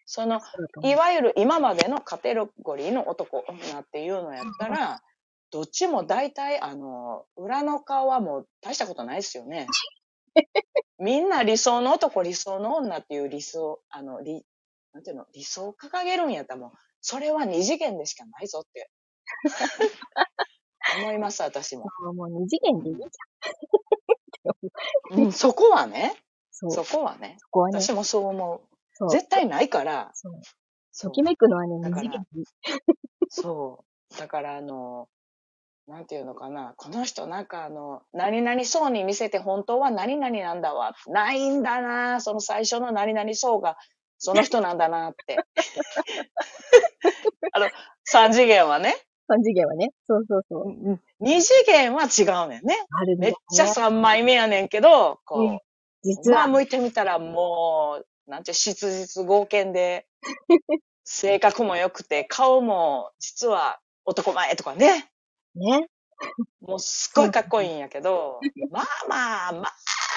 その、いわゆる今までのカテゴリーの男、女っていうのやったら、どっちも大体、あの、裏の顔はもう大したことないですよ ね。みんな理想の男、理想の女っていう理想、あの、理、なんていうの、理想を掲げるんやったらもう、それは二次元でしかないぞ って。思います、私も。もう二次元でいいじゃん。うん、そこはね、そう。そそこはね、こはね、私もそう思。そうう。絶対ないから、そう。そとうきめくのはね、だ二か次ら元でいい。そう。だから、あの、なんていうのかな。この人、なんかあの、何々そうに見せて本当は何々なんだわ。ないんだな。その最初の何々そうが、その人なんだな って。あの、三次元はね。三次元はね。そうそうそう。二次元は違うねんね。あるんだめっよねちゃ三枚目やねんけど、こう、実まあは、向いてみたらもう、なんて、質実剛健 で、性格も良くて、顔も実は男前とかね。ね。もうすっごいかっこいいんやけど、まあまあ、まあ、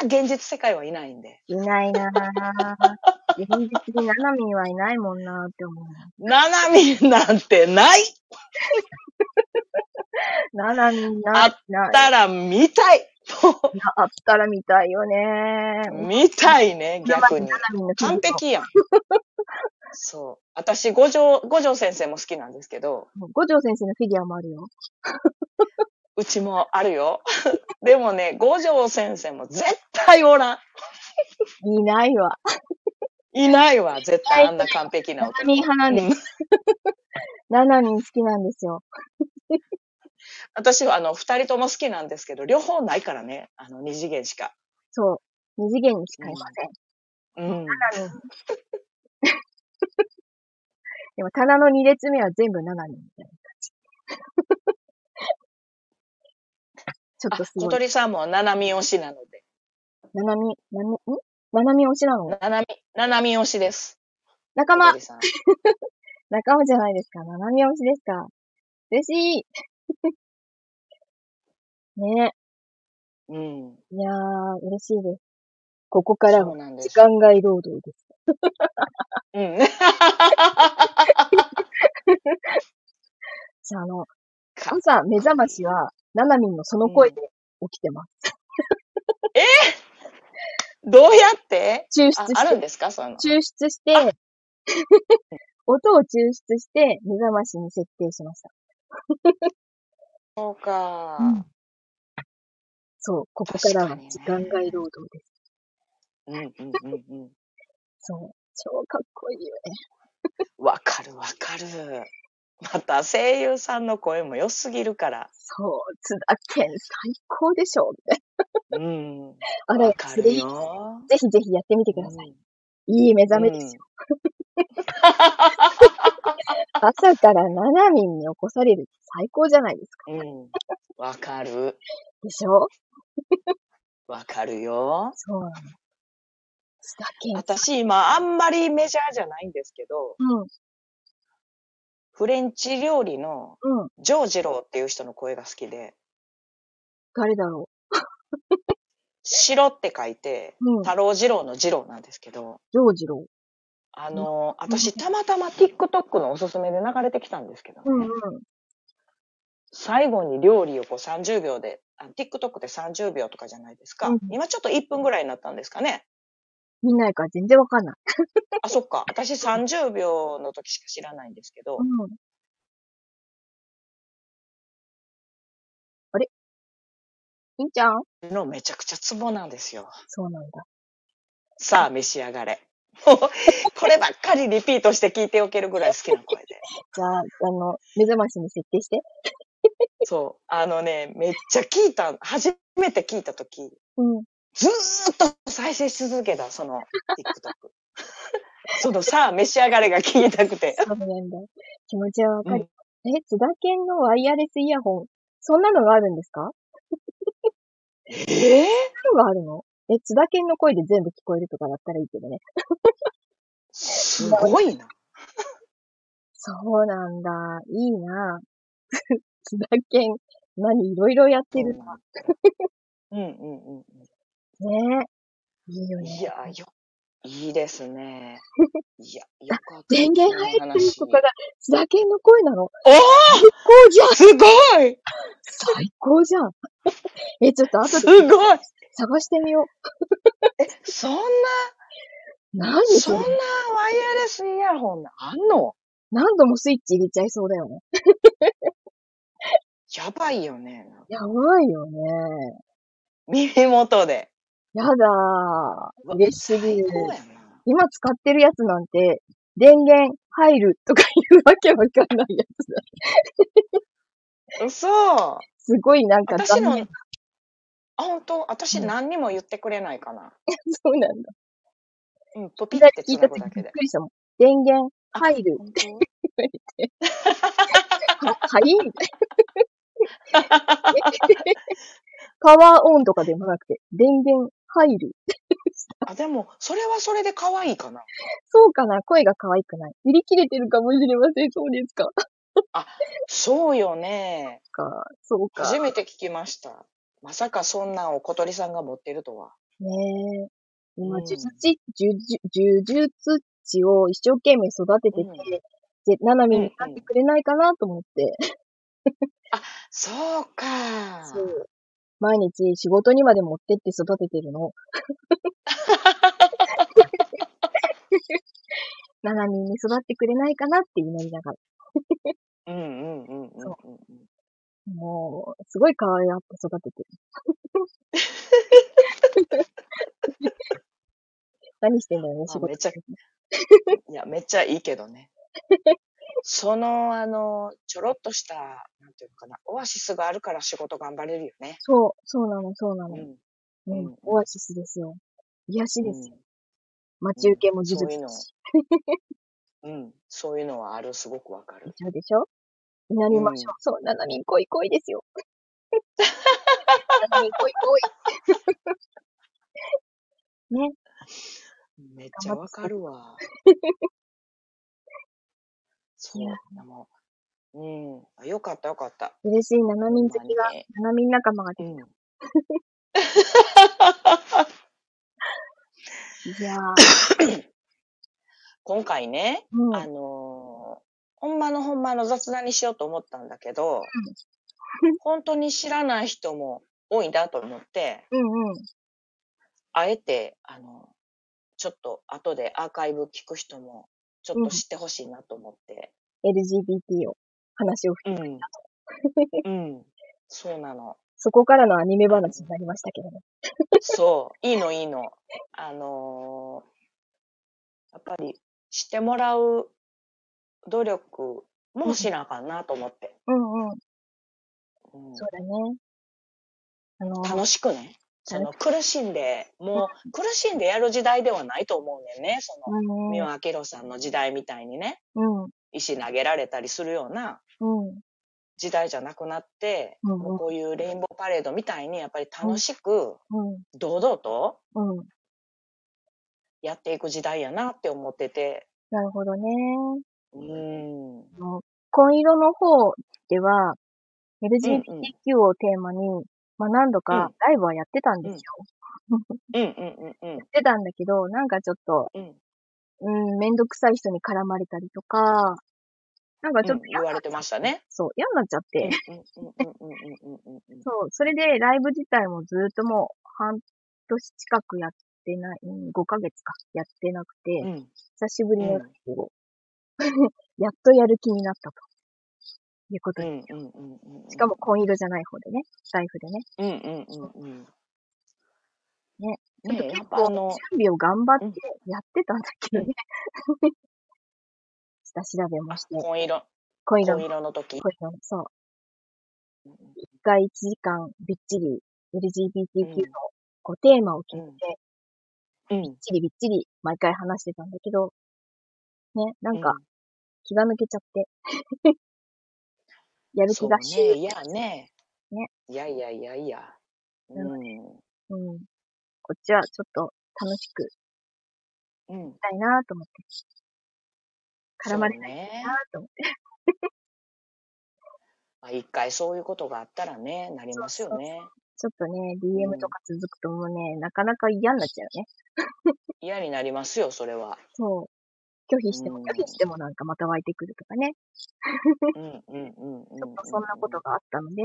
現実世界はいないんで。いない なぁ。現実にナナミンはいないもんなぁって思う。ななみんなんてないっナナミンあなっ、な、たら見たい。あったら見たいよねもう見たいね、逆にナ。ナミンの完璧やん。そう。私、五条、五条先生も好きなんですけど、五条先生のフィギュアもあるよ。うちもあるよ。でもね、五条先生も絶対おらん。いないわ。いないわ、絶対あんな完璧なナ男ナミン派なんです。ナナミン好きなんですよ。私は、あの、二人とも好きなんですけど、両方ないからね、あの、二次元しか。そう。二次元にしかいません。うん。 でも棚の二列目は全部ナナミンみたいな感じ。 ちょっあとす、小ごい。鳥さんもななみ推しなので。ナナミン、ナナミン、んナナミン推しなのななみ、ななみ推しです。仲小間鳥さん。仲間じゃないですか。ナナミ推しですか。嬉しい。 ねうん。え。いやー、嬉しいです。ここからそはうなんで時す。間外労働です。うん。 じゃあ、あの、か朝目覚ましは、ナナミンのその声で起きてます。どうやって抽あ出あしるんて、ですかその。抽出して、 音を抽出して、目覚ましに設定しました。そうか、うんそう、ここから確かはにね時間外労働です。うん。うんうんうんうん。そう、超かっこいいよね。わかるわかる。また声優さんの声も良すぎるから。そう、津田健最高でしょみたいうん。な。あらわ、かぜるひ、よ。ぜひぜひやってみてください。うんいい目覚めですよ。朝からナナミンに起こされるって最高じゃないですか。うん。わかる。でしょわかるよ。そうなの。津田健。私今あんまりメジャーじゃないんですけど、うん、フレンチ料理のうん。ジョージローっていう人の声が好きで、誰だろ白って書いて、う。うん。ジ太郎次郎の次郎なんですけど、ョージロあのー、私たまたま TikTok のおすすめで流れてきたんですけどね、ー。うんうん。最後に料理をこう30秒で、あ TikTok って30秒とかじゃないですか、うん今ちょっと1分ぐらいになったんですかね。見ないから全然わかんない。あ、そっか。私30秒の時しか知らないんですけど、うん。あれいんちゃんのめちゃくちゃツボなんですよ。そうなんだ。さあ、召し上がれ。もうこればっかりリピートして聞いておけるぐらい好きな声で。じゃあ、あの、目覚ましに設定して。そう。あのね、めっちゃ聞いた、初めて聞いた時、うん。ずーっと再生し続けた、その TikTok。そのさあ、召し上がれが聞きたくて。そうなんだ。気持ちはわかる。え、津田健のワイヤレスイヤホン。そんなのがあるんですかええそんなのがあるのえ、津田健の声で全部聞こえるとかだったらいいけどね。すごいな。そうなんだ。いいな。 津田健、何いろいろやってるな。うんうんうん。ねえ。いいよね。いや、よいいですね。いや、よかった。電源入ってるとかが、津田健の声なのお最高じゃんおすごい最高じゃんえ、ちょっと後すでごい探してみよそんな、う。何そそんなワれイヤレスイヤホンあんの何度もスイッチ入れちゃいそうだよね。やばいよね。やばいよね。耳元で。やだー。嬉しすぎる最。高やな。今使ってるやつなんて、電源入るとか言うわけわかんないやつだ。嘘。すごいなんか私の残念、あ、本当私うん何にも言ってくれないかな。そうなんだ。うん、ポピ聞ってついなたぐ時だびけっで。くりしたもん。電源入る。本当は、はいみたいな。 パワーオンとかでもなくて、電源入る。あ、でも、それはそれで可愛いかな。そうかな声が可愛くない。売り切れてるかもしれません。そうですか。そうよね。かそうか。初めて聞きました。まさかそんなんを小鳥さんが持ってるとは。ねえ。今、うん呪術、呪呪呪術師を一生懸命育ててて、うんで、ななみになってくれないかなと思って、そうか。そう。毎日仕事にまで持ってって育ててる の。ななみに育ってくれないかなって祈りながら。うんうんうんうんうんうん。もう、すごい可愛がって育ててる。 何してんだよね、仕あ事。めちゃ、いや、めっちゃいいけ どね。その、あの、ちょろっとした、なんていうのかな、オアシスがあるから仕事頑張れるよね。そう、そうなの、そうなのう。ん。ううんん、オアシスですよ。癒しですよ。待うちん受けも呪術そういうのだしうん。うん。そういうのはある、すごくわかるで。しょでしょなりましょう。そう、ななみん恋恋です よ。ななみん恋恋。ね、めっちゃわかるわ。そういや、でも、うんあ。よかった、よかった。嬉しいななみん好きがほんまにね、ななみん仲間がでうきん。て。いやー、今回ね、うん、あのーほんまのほんまの雑談にしようと思ったんだけど、本当に知らない人も多いなと思って、うん、うん。あえて、あの、ちょっと後でアーカイブ聞く人も、ちょっと知ってほしいなと思って。 LGBT を、話を、 うん。うん。そうなの。そこからのアニメ話になりましたけどね。そう。いいの、いいの。あのーやっぱり、知ってもらう努力もしなあかんなと思って。うんうん。うんそうだね。あのー、楽しくね。その苦しんで、もう苦しんでやる時代ではないと思うねんね。その、うん三輪明宏さんの時代みたいにね、うん、石投げられたりするようなうん、時代じゃなくなって、うんうんもうこういうレインボーパレードみたいに、やっぱり楽しく、うん、堂々とうん。やっていく時代やなって思ってて、なるほどね。うん。あの紺色の方では、うん LGBTQ をテーマに、まあ何度かライブはやってたんですよ。うんうんうんうやんってたんだけど、なんかちょっと、うん。うん、めんどくさい人に絡まれたりとか、なんかちょっうとん嫌言な、われてましたね。そう、嫌になっちゃって、うんうんうんうんうんうんうんそう、それでライブ自体もずっともう半年近くやってない、うん、5ヶ月か、やってなくて、うんうん久しぶりのうラんイブを、 やっとやる気になったと。いうことうで、んうんうんうん。しかも紺色じゃない方でね、スタイフでね。うんうんうんうん。ね。ねや結っぱあ構の、準備を頑張ってうんやってたんだけ どね。下調べもして、紺色、恋の紺、色の時。恋の、そう、一回一時間びっちり LGBTQ うのんこうテーマを決めて、うん。びっちりびっちり毎回話してたんだけど、ね、なんか気が抜けちゃって。 やる気がし、そうね、いやね。ねいやいやいやいや。なううん。ん。こっちはちょっと楽しくいうん。きたいなと思って、絡まれそうないねな。と思って。まあ一回そういうことがあったらね、なりますよね。ちょっとね、DM とか続くともうね、なかなか嫌になっちゃうよね。嫌になりますよ、それは。そう。拒否しても、うん拒否してもなんかまた湧いてくるとかね。うんうんうんうん。ちょっとそんなことがあったので、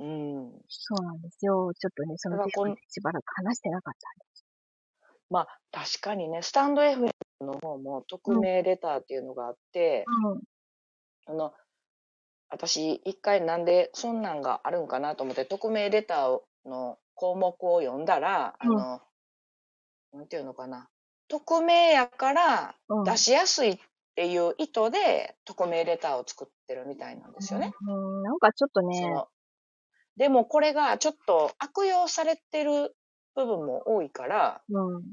うん。そうなんですよ。ちょっとね、そのだからこ点んはしばらく話してなかったんでまあ、確かにね、スタンド F の方も匿名レターっていうのがあって、あの、私、一回なんでそんなんがあるんかなと思って、匿名レターの項目を読んだら、あの、なんていうのかな、匿名やからうん。うん。出しやすいっていう意図で、匿名レターを作ってるみたいなんですよね。うん、なんかちょっとねそ、のでもこれがちょっと悪用されてる部分も多いから、うん。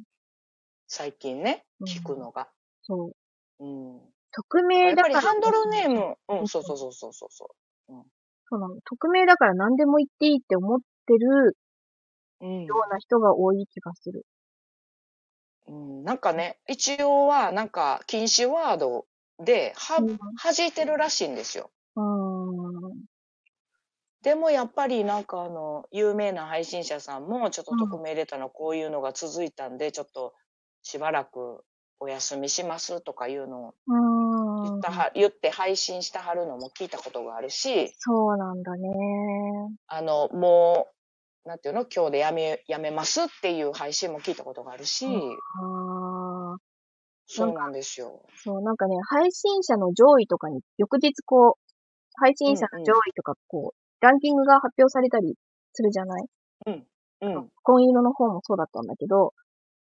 最近ねう、ん聞くのが。そう。うん。匿や名っだぱかりら。ハンドルネーム、ううんん、そうそうそうそうそうそそうなの。匿名だから何でも言っていいって思ってるう。うんような人が多い気がする。うん、なんかね、一応は、なんか、禁止ワードで、は、うん弾いてるらしいんですよ。うーん。でもやっぱりなんかあの、有名な配信者さんも、ちょっとうん匿名レターのこういうのが続いたんで、ちょっとしばらくお休みしますとかいうのをうー言んった。は、言って配信してはるのも聞いたことがあるし、そうなんだね。あの、もう、なんていうの、今日でやめ、やめますっていう配信も聞いたことがあるし、うんああ。そうなんですよ。そう、なんかね、配信者の上位とかに、翌日こう、配信者の上位とか、こう、ランキングが発表されたりするじゃないうん。うん紺色の方もそうだったんだけど、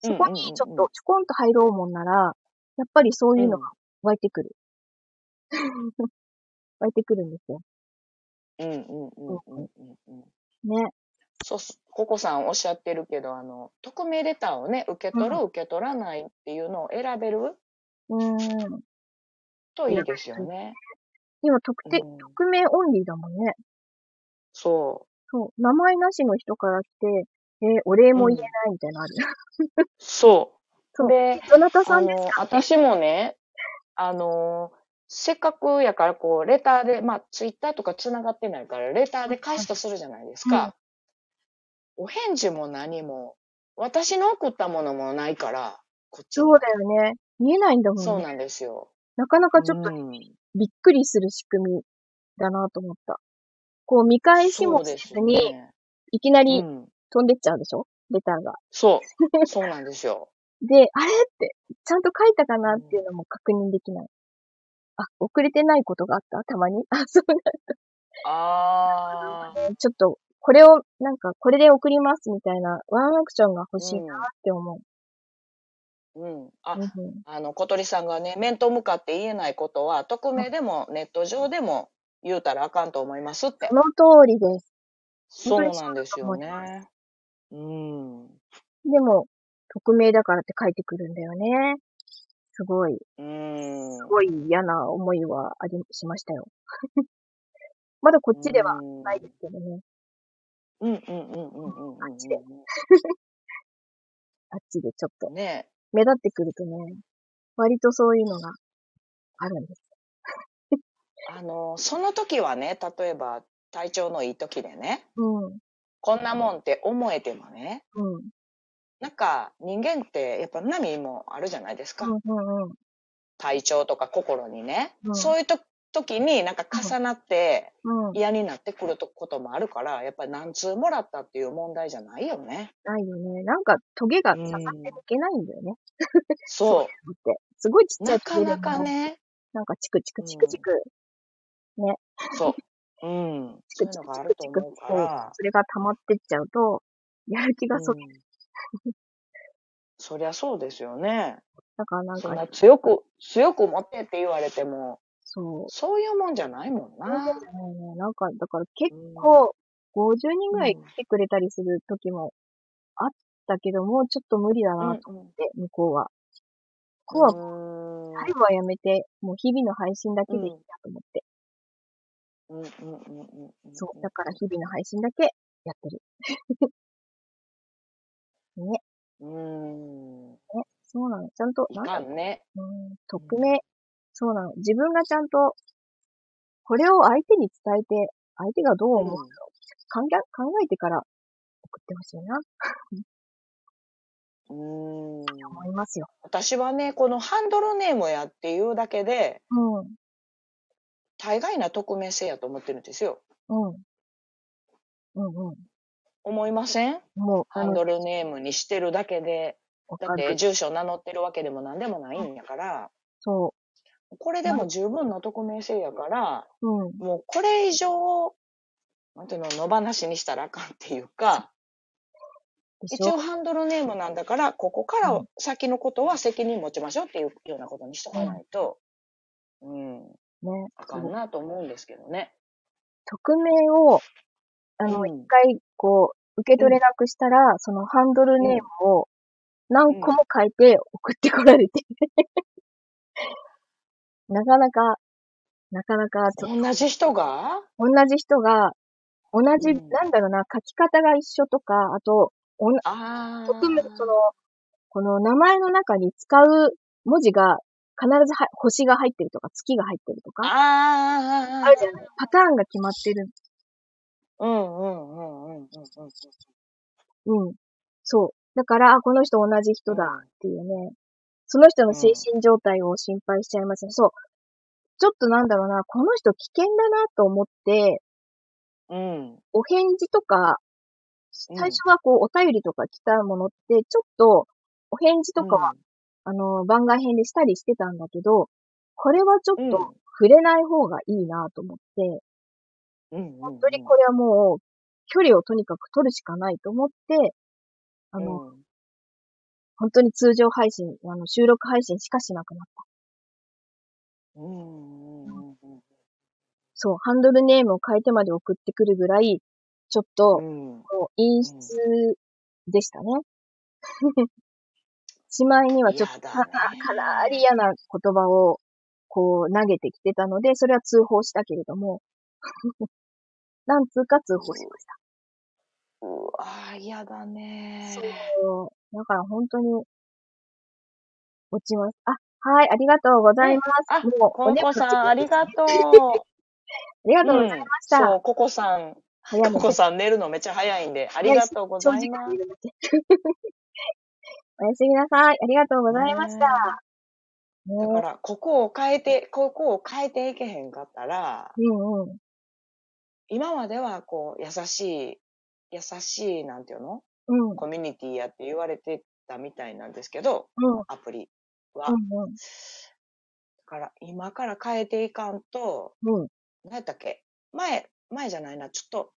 そこにちょうんうっんうんうんとちょこんと入ろうもんなら、やっぱりそういうのが湧いてくる。 湧いてくるんですよ。うんうんうんうんうんうん。ね。そうす、ココさんおっしゃってるけど、あの、匿名レターをね、受け取る、受け取らないっていうのを選べるうーん。といいですよね。今、特定、うん匿名オンリーだもんね。そそう。名前なしの人から来て、えーお礼も言えないみたいなのある。う。そそう。でどなたう。さあんですの、私もね、あの、せっかくやから、こう、レターで、まあ、ツイッターとか繋がってないから、レターで返すとするじゃないですか。お返事も何も、私の送ったものもないから、こっちにそうだよね。見えないんだもんね。そうなんですよ。なかなかちょっとうんびっくりする仕組みだなと思った。こう見返しそうもでせすずよに、ね。いきなうりん。飛んでっちゃうでしょレターが。そう。そうなんですよ。で、あれって、ちゃんと書いたかなっていうのも確認できない。あ、遅れてないことがあったたまに。 あ、そうああ。だね。ちょっと、これを、なんか、これで送りますみたいなワンアクションが欲しいなって思う。うん。うん。あう、んあの、小鳥さんがね、面と向かって言えないことは、匿名でもネット上でも言うたらあかんと思いますってそ。の通りです。そうなんですよ本当にそうだと思いね。うん。うでも、匿名だからって書いてくるんだよね。すごい。ん。すごい嫌な思いはあり、しましたよ。 まだこっちではうんないですけどね。うんうんうんうんうんうんあっちでうあっちでちょっとん。ね目立ってくるとね、割とそういうのがあるんです。あの、その時はね、例えば体調のいい時でね、うん。うこんなもんって思えてもね、ん。うんなんか人間ってやっぱ波もあるじゃないですか。うんうん。体調とか心にね、うんそういうと時になんか重なってうん。嫌になってくるとこともあるから、やっぱり何通もらったっていう問題じゃないよね。ないよね。なんか、トゲが刺さってうん抜けないんだよね。だそって、すごいちっう。ちゃないトゲかでもなか。ね、なんか、チクチクチクチク、そう。うん。チそクういうチクチクチのがあるとク思うかそうら。それが溜まってっちゃうと、やる気がそ、ううんそりゃそうですよね。だからなんそかんな、強く、強く持ってって言われても、そう。そういうもんじゃないもんそな。うね、なんか、だから結うん構、50人ぐらいうん来てくれたりする時もあったけども、ちょっと無理だうんなとうん思って、向こうは。向こうは、うん最後はやめて、もう日々の配信だけでいいうやんと思って。うんうんうんうんうんそう。だから日々の配信だけやってる。ね、うん。そうなの。ちゃんと、いなんかだんね。うーん、匿名。そうなの。自分がちゃんと、これを相手に伝えて、相手がどう思ううんだろう。考え考えてから送ってほしいな、うーん。思いますよ。私はね、このハンドルネームやっていうだけで、うん。大概な匿名性やと思ってるんですよ。うん。うんうん。思いませんもう、ハンドルネームにしてるだけで、わだかってる。住所名乗ってるわけでも何でもないんやから、そこれでも十分の匿名性やから、う。うん。もうこれ以上、なんていうの、野放しにしたらあかんっていうか、でし一応ょハンドルネームなんだから、ここから先のことは責任持ちましょうっていうようなことにしとかないと、うん、ね。あかんなと思うんですけどね。匿名を、あの、うん一回、こう、受け取れなくしたら、そのハンドルネームを何個も変えて送ってこられて。 なかなか、なかなか、ちょっ同じ人がと同じ人が、同じ、うんなんだろうな、書き方が一緒とか、あと、おなああ。匿名、その、この名前の中に使う文字が必ずは星が入ってるとか、月が入ってるとか、ああ。あるじゃないパターンが決まってる。うんうんうんうんうんうん。うん。そう。だから、あこの人同じ人だっていうね。その人の精神状態を心配しちゃいますね。そう。ちょっとなんだろうな、この人危険だなと思って、うん。お返事とか、うん最初はこう、お便りとか来たものって、ちょっと、お返事とかは、あの、番外編でしたりしてたんだけど、これはちょうん、っと触れない方がいいなと思って、うん、本当にこれはもう、距離をとにかく取るしかないと思って、あの、うん本当に通常配信、あの、収録配信しかしなくなった。うんうんうんうんそう、ハンドルネームを変えてまで送ってくるぐらい、ちょっと、うん。こう、陰湿でしたね。 しまいにはちょっと嫌かだねかなり嫌な言葉を、こう、投げてきてたので、それは通報したけれども、 何通か通報しましうわー、嫌だねた。そう。だから本当に、落ちます。あ、はい、ありがとうございます。ねもう、コンコさん、ありとう。がとう。ありがあとうございました。そう、ココさん、早めココさん寝るのめっちゃ早いんで、ありがとうございま長時間いす。るだけ おやすみなさい。ありがとうございました。ねだから、ここを変えて、ここを変えていけへんかったら、うんうん。今まではこう、優しい、優しい、なんていうのうん。コミュニティやって言われてたみたいなんですけど、うん。アプリは。だうん。から、今から変えていかんと、うん。何やったっけ前、前じゃないな、ちょっと、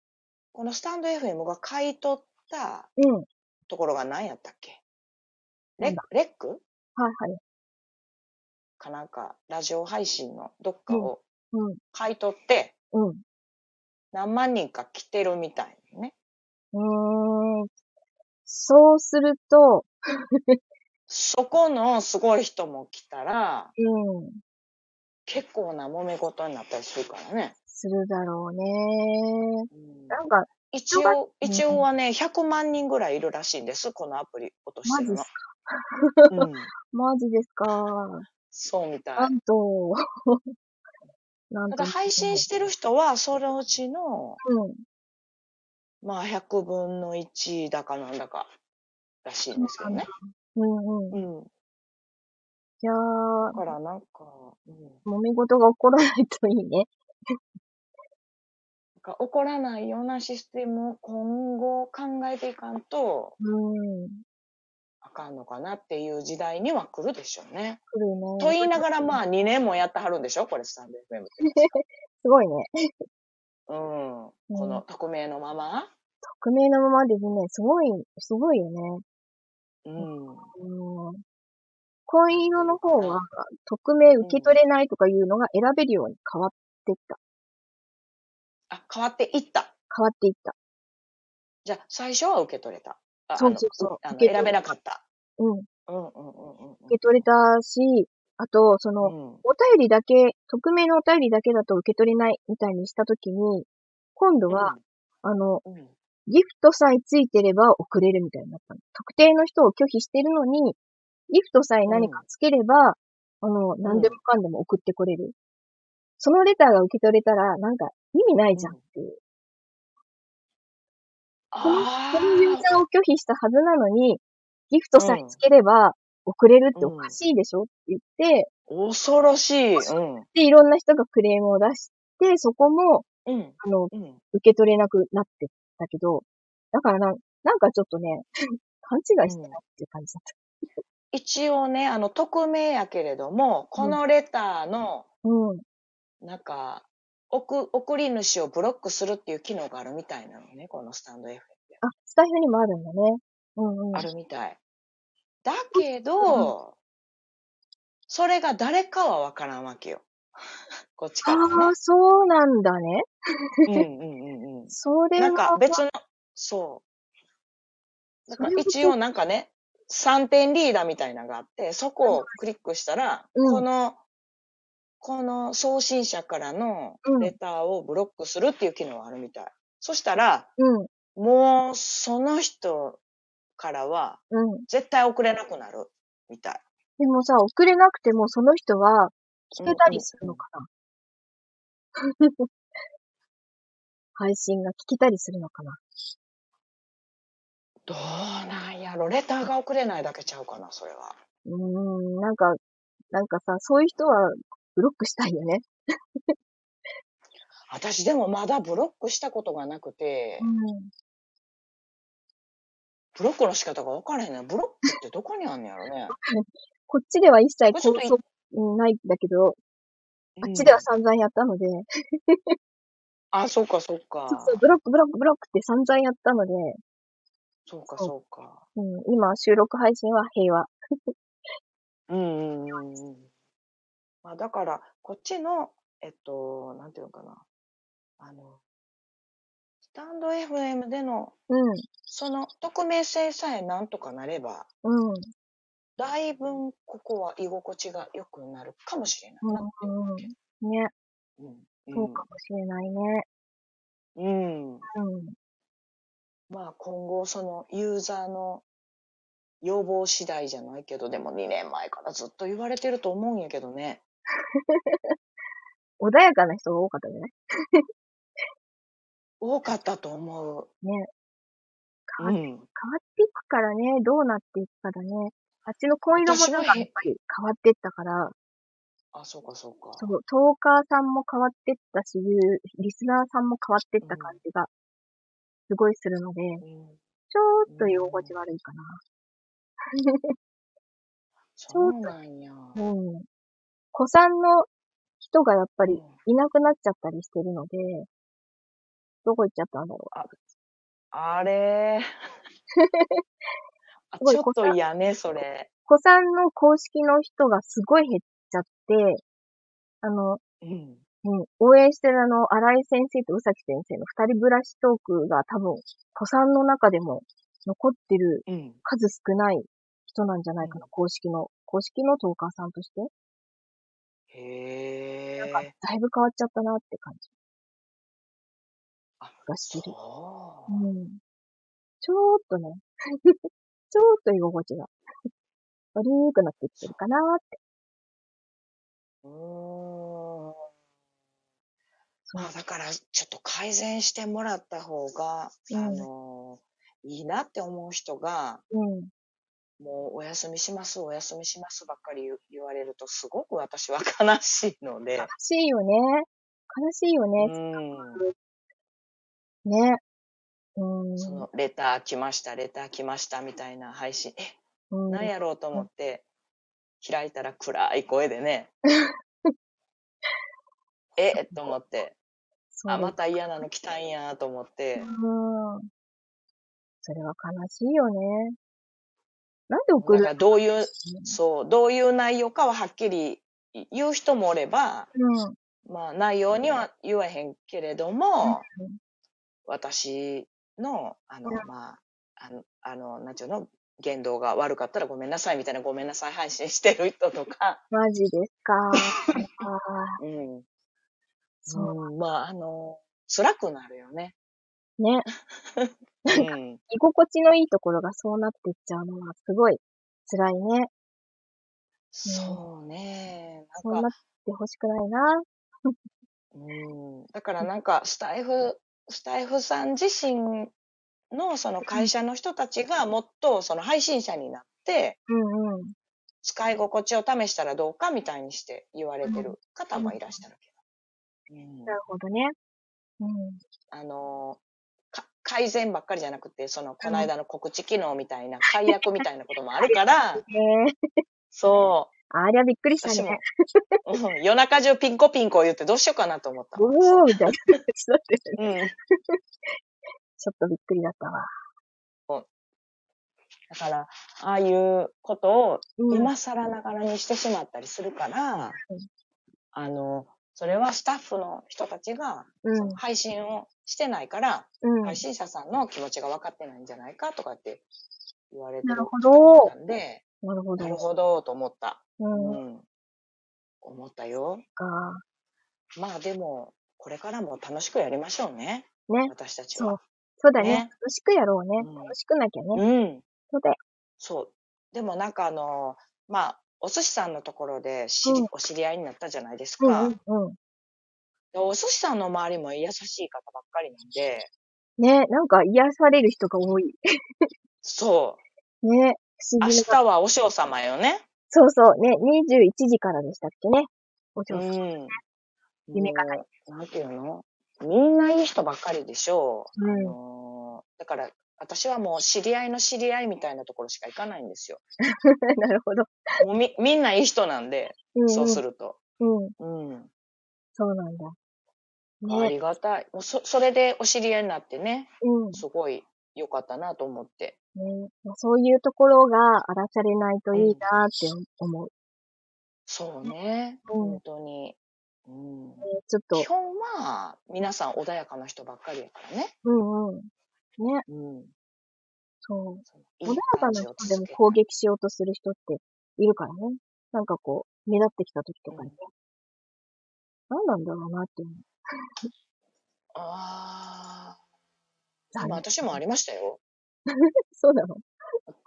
このスタンド FM が買い取ったうん。はいところが何やったっけレなんッだクレックはい。かなんか、ラジオ配信のどっかうんをうん。買い取って、うん。何万人か来てるみたいなね。うーん。そうすると、そこのすごい人も来たら、うん。結構な揉め事になったりするからね。するだろうね。うんなんか、一応、一応はね、100万人ぐらいいるらしいんです、このアプリ落としてるの。うんマジですか。そうみたい。なんと。 なんだとから。配信してる人は、そのうちの、うん。まあ、100分の1だかなんだからしいんですけどね。うんうん。うん。いやーだ、からなんか、うん、なん揉め事が起こらないといいね。か起こらないようなシステムを今後考えていかんとうん。あかんのかなっていう時代には来るでしょうね。来るね。と言いながら、まあ、2年もやってはるんでしょこれ、スタンド FM って。すごいね。うん。この匿名のまま。匿名のままですね、すごい、すごいよね。うん。うん。紺色の方は、匿名受け取れないとかいうのが選べるように変わってった。あ、変わっていった。変わっていった。じゃあ、最初は受け取れた。あそうそうそうあのあの受け取れ選べなかった。うん。受うんうんうんうんうん。け取れたし、あと、その、うんお便りだけ、匿名のお便りだけだと受け取れないみたいにしたときに、今度は、あの、うん、うんギフトさえついてれば送れるみたいになったの。特定の人を拒否してるのに、ギフトさえ何かつければ、あの、何でもかんでも送ってこれる。そのレターが受け取れたら、なんか意味ないじゃんっていう。あこのあこのユーザーを拒否したはずなのに、ギフトさえつければ送れるっておかしいでしょって言って、恐ろしい。うん。で、いろんな人がクレームを出して、そこも、うん。あの、うん。受け取れなくなってたけど、だからなん、なんかちょっとね、 勘違いしてないっていう感じだっ一応ね、あの、匿名やけれども、このレターの、た。うん。なんか、送、送り主をブロックするっていう機能があるみたいなのね、このスタンド F って。あ、スタイフにもあるんだね。うんうん。あるみたい。だけど、それが誰かはわからんわけよ。 こっちからああ、そうなんだね。ね。うんうんうんうん。それは。なんか別の、そう。だから一応なんかね、3点リーダーみたいなのがあって、そこをクリックしたら、うんこの、この送信者からのうんレターをブロックするっていう機能があるみたい。そしたら、うん、もうその人からはうん。絶対送れなくなるみたい。でもさ、送れなくてもその人は聞けたりするのか な、配信が聞けたりするのかなどうなんやろレターが送れないだけちゃうかな、それは。うーん、なんか、なんかさ、そういう人はブロックしたいよね。私でもまだブロックしたことがなくて、ブロックの仕方が分からへんねん。ブロックってどこにあんねやろね。こっちでは一切これちょ構っとい想うんないんだけど、あっちうんでは散々やったので、あ、そうか、そうか。そうそう、ブロック、ブロック、ブロックって散々やったので、そうか、そうか。うん、今収録配信は平和。うんうんうんうん。まあ、だから、こっちの、えっと、なんていうのかな。あの、スタンド FM での、うん、その、匿名性さえなんとかなれば、うん、だいぶんここは居心地が良くなるかもしれないなっていうわけ。うん。ね、うんそうかもしれないね。うん。ううんん。まあ今後そのユーザーの要望次第じゃないけど、でも2年前からずっと言われてると思うんやけどね。穏やかな人が多かったんじゃない多かったと思う。ね。変うわっん。変わっていくからね、どうなっていくかだね。あっちの紺色もなんか私はへやっぱり変わってったから、あ、そうかそうか。そう、トーカーさんも変わってったし、ゆリスナーさんも変わってった感じが、すごいするので、うんちょっと居心地悪いかそうなんや。な。うん。子さんの人がやっぱうりんいなくなっちゃったりしてるので、どこ行っちゃったんだろあれ あすごいちょっと嫌ね、それ。う。子さんの公式の人がすごい減っちゃって、あの、うん。うん、応援してるあの、荒井先生と宇崎先生の二人ブラシトークが多分、子さんの中でも残ってるうん。数少ない人なんじゃないかな、公式の。公式のトーカーさんとして。へなんかえ。、だいぶ変わっちゃったなって感じあがしてる。そうう。ん。ちょーっとね、 ちょーっと居心地が悪くなってきてるかなーって。うーん。そうまあだから、ちょっと改善してもらった方が、うんあの、いいなって思う人が、うん。もうお休みします、お休みしますばっかり言う言われると、すごく私は悲しいので悲。しいよね。悲しいよね。うん。ね。うん。その、レター来ました、レター来ました、みたいな配信、え、うん何やろうと思って、開いたら暗い声 でね、えと思って、そうあ、また嫌なの来たんやと思って、うん。それは悲しいよね。なんで送なんるかどういう、そう、どういう内容かははっきり言う人もおれば、うん。まあ内容には言わへんけれども、私の、あのうん、まあ、あの、あのなんていうの、言動が悪かったらごめんなさいみたいなごめんなさい配信してる人と か、マジですか。あー うん。そううんまあ、あの、辛くなるよね。ね。うん。居心地のいいところがそうなっていっちゃうのはすごい辛いね。そうね。そうななんっか、てほしくないな。うん。だからなんか、スタイフ、スタイフさん自身のその会社の人たちがもっとその配信者になって、うんうん。使い心地を試したらどうかみたいにして言われてる方もいらっしゃるけど。うんなるほどね。うん。あのか改善ばっかりじゃなくて、その、この間の告知機能みたいな、解約みたいなこともあるから、ええそありゃびっくりした私もね。う、うん夜中中ピンコピンコ言ってどうしようかなと思った。おーみたいな。ちょっとうん。ちょっとびっくりだったわ。だから、ああいうことをうん今更ながらにしてしまったりするから、うんあの、それはスタッフの人たちがうん。配信をしてないから、うん。配信者さんの気持ちが分かってないんじゃないかとかって言われてなるるほどな。んで、なるほどな。るほどと思った。ううん。ん。思ったよ。か。まあでも、これからも楽しくやりましょうね。ね私たちそうは。。そうだねね。楽しくやろうねう。ん楽しくなきゃね。うん。そうだよ。そう。でもなんかあの、まあ、お寿司さんのところで知り、うんお知り合いになったじゃないですうか。んうんうん。でお寿司さんの周りも優しい方ばっかりなんで、ね、なんか癒される人が多い。そう。ね、不思明議な。日はお嬢様よね。そうそう、ね、21時からでしたっけね。お嬢うさん。ん。夢かなもうなんていうのみんないい人ばっかりでしょうう。ん。 うんだから、私はもう知り合いの知り合いみたいなところしか行かないんですよ。なるほど。もうみ、みんないい人なんで、うん、そうする。ると。うん。うん。そうなんだ。あね。りがたい。もうそ、それでお知り合いになってね。うん。すごい良かったなと思って。ねまあ、そういうところが荒らされないといいなって思う。そうね。うん本当に。うん、ねちょっと基、本は、皆さん穏やかな人ばっかりやからね。うんうん。ね、うん。そう。いい穏やか感なじを人でも続けたい攻撃しようとする人っているからね。なんかこう、目立ってきた時とかにね。何なんだろうなって思う。ああ。残まあ念私もありましたよ。 そうなの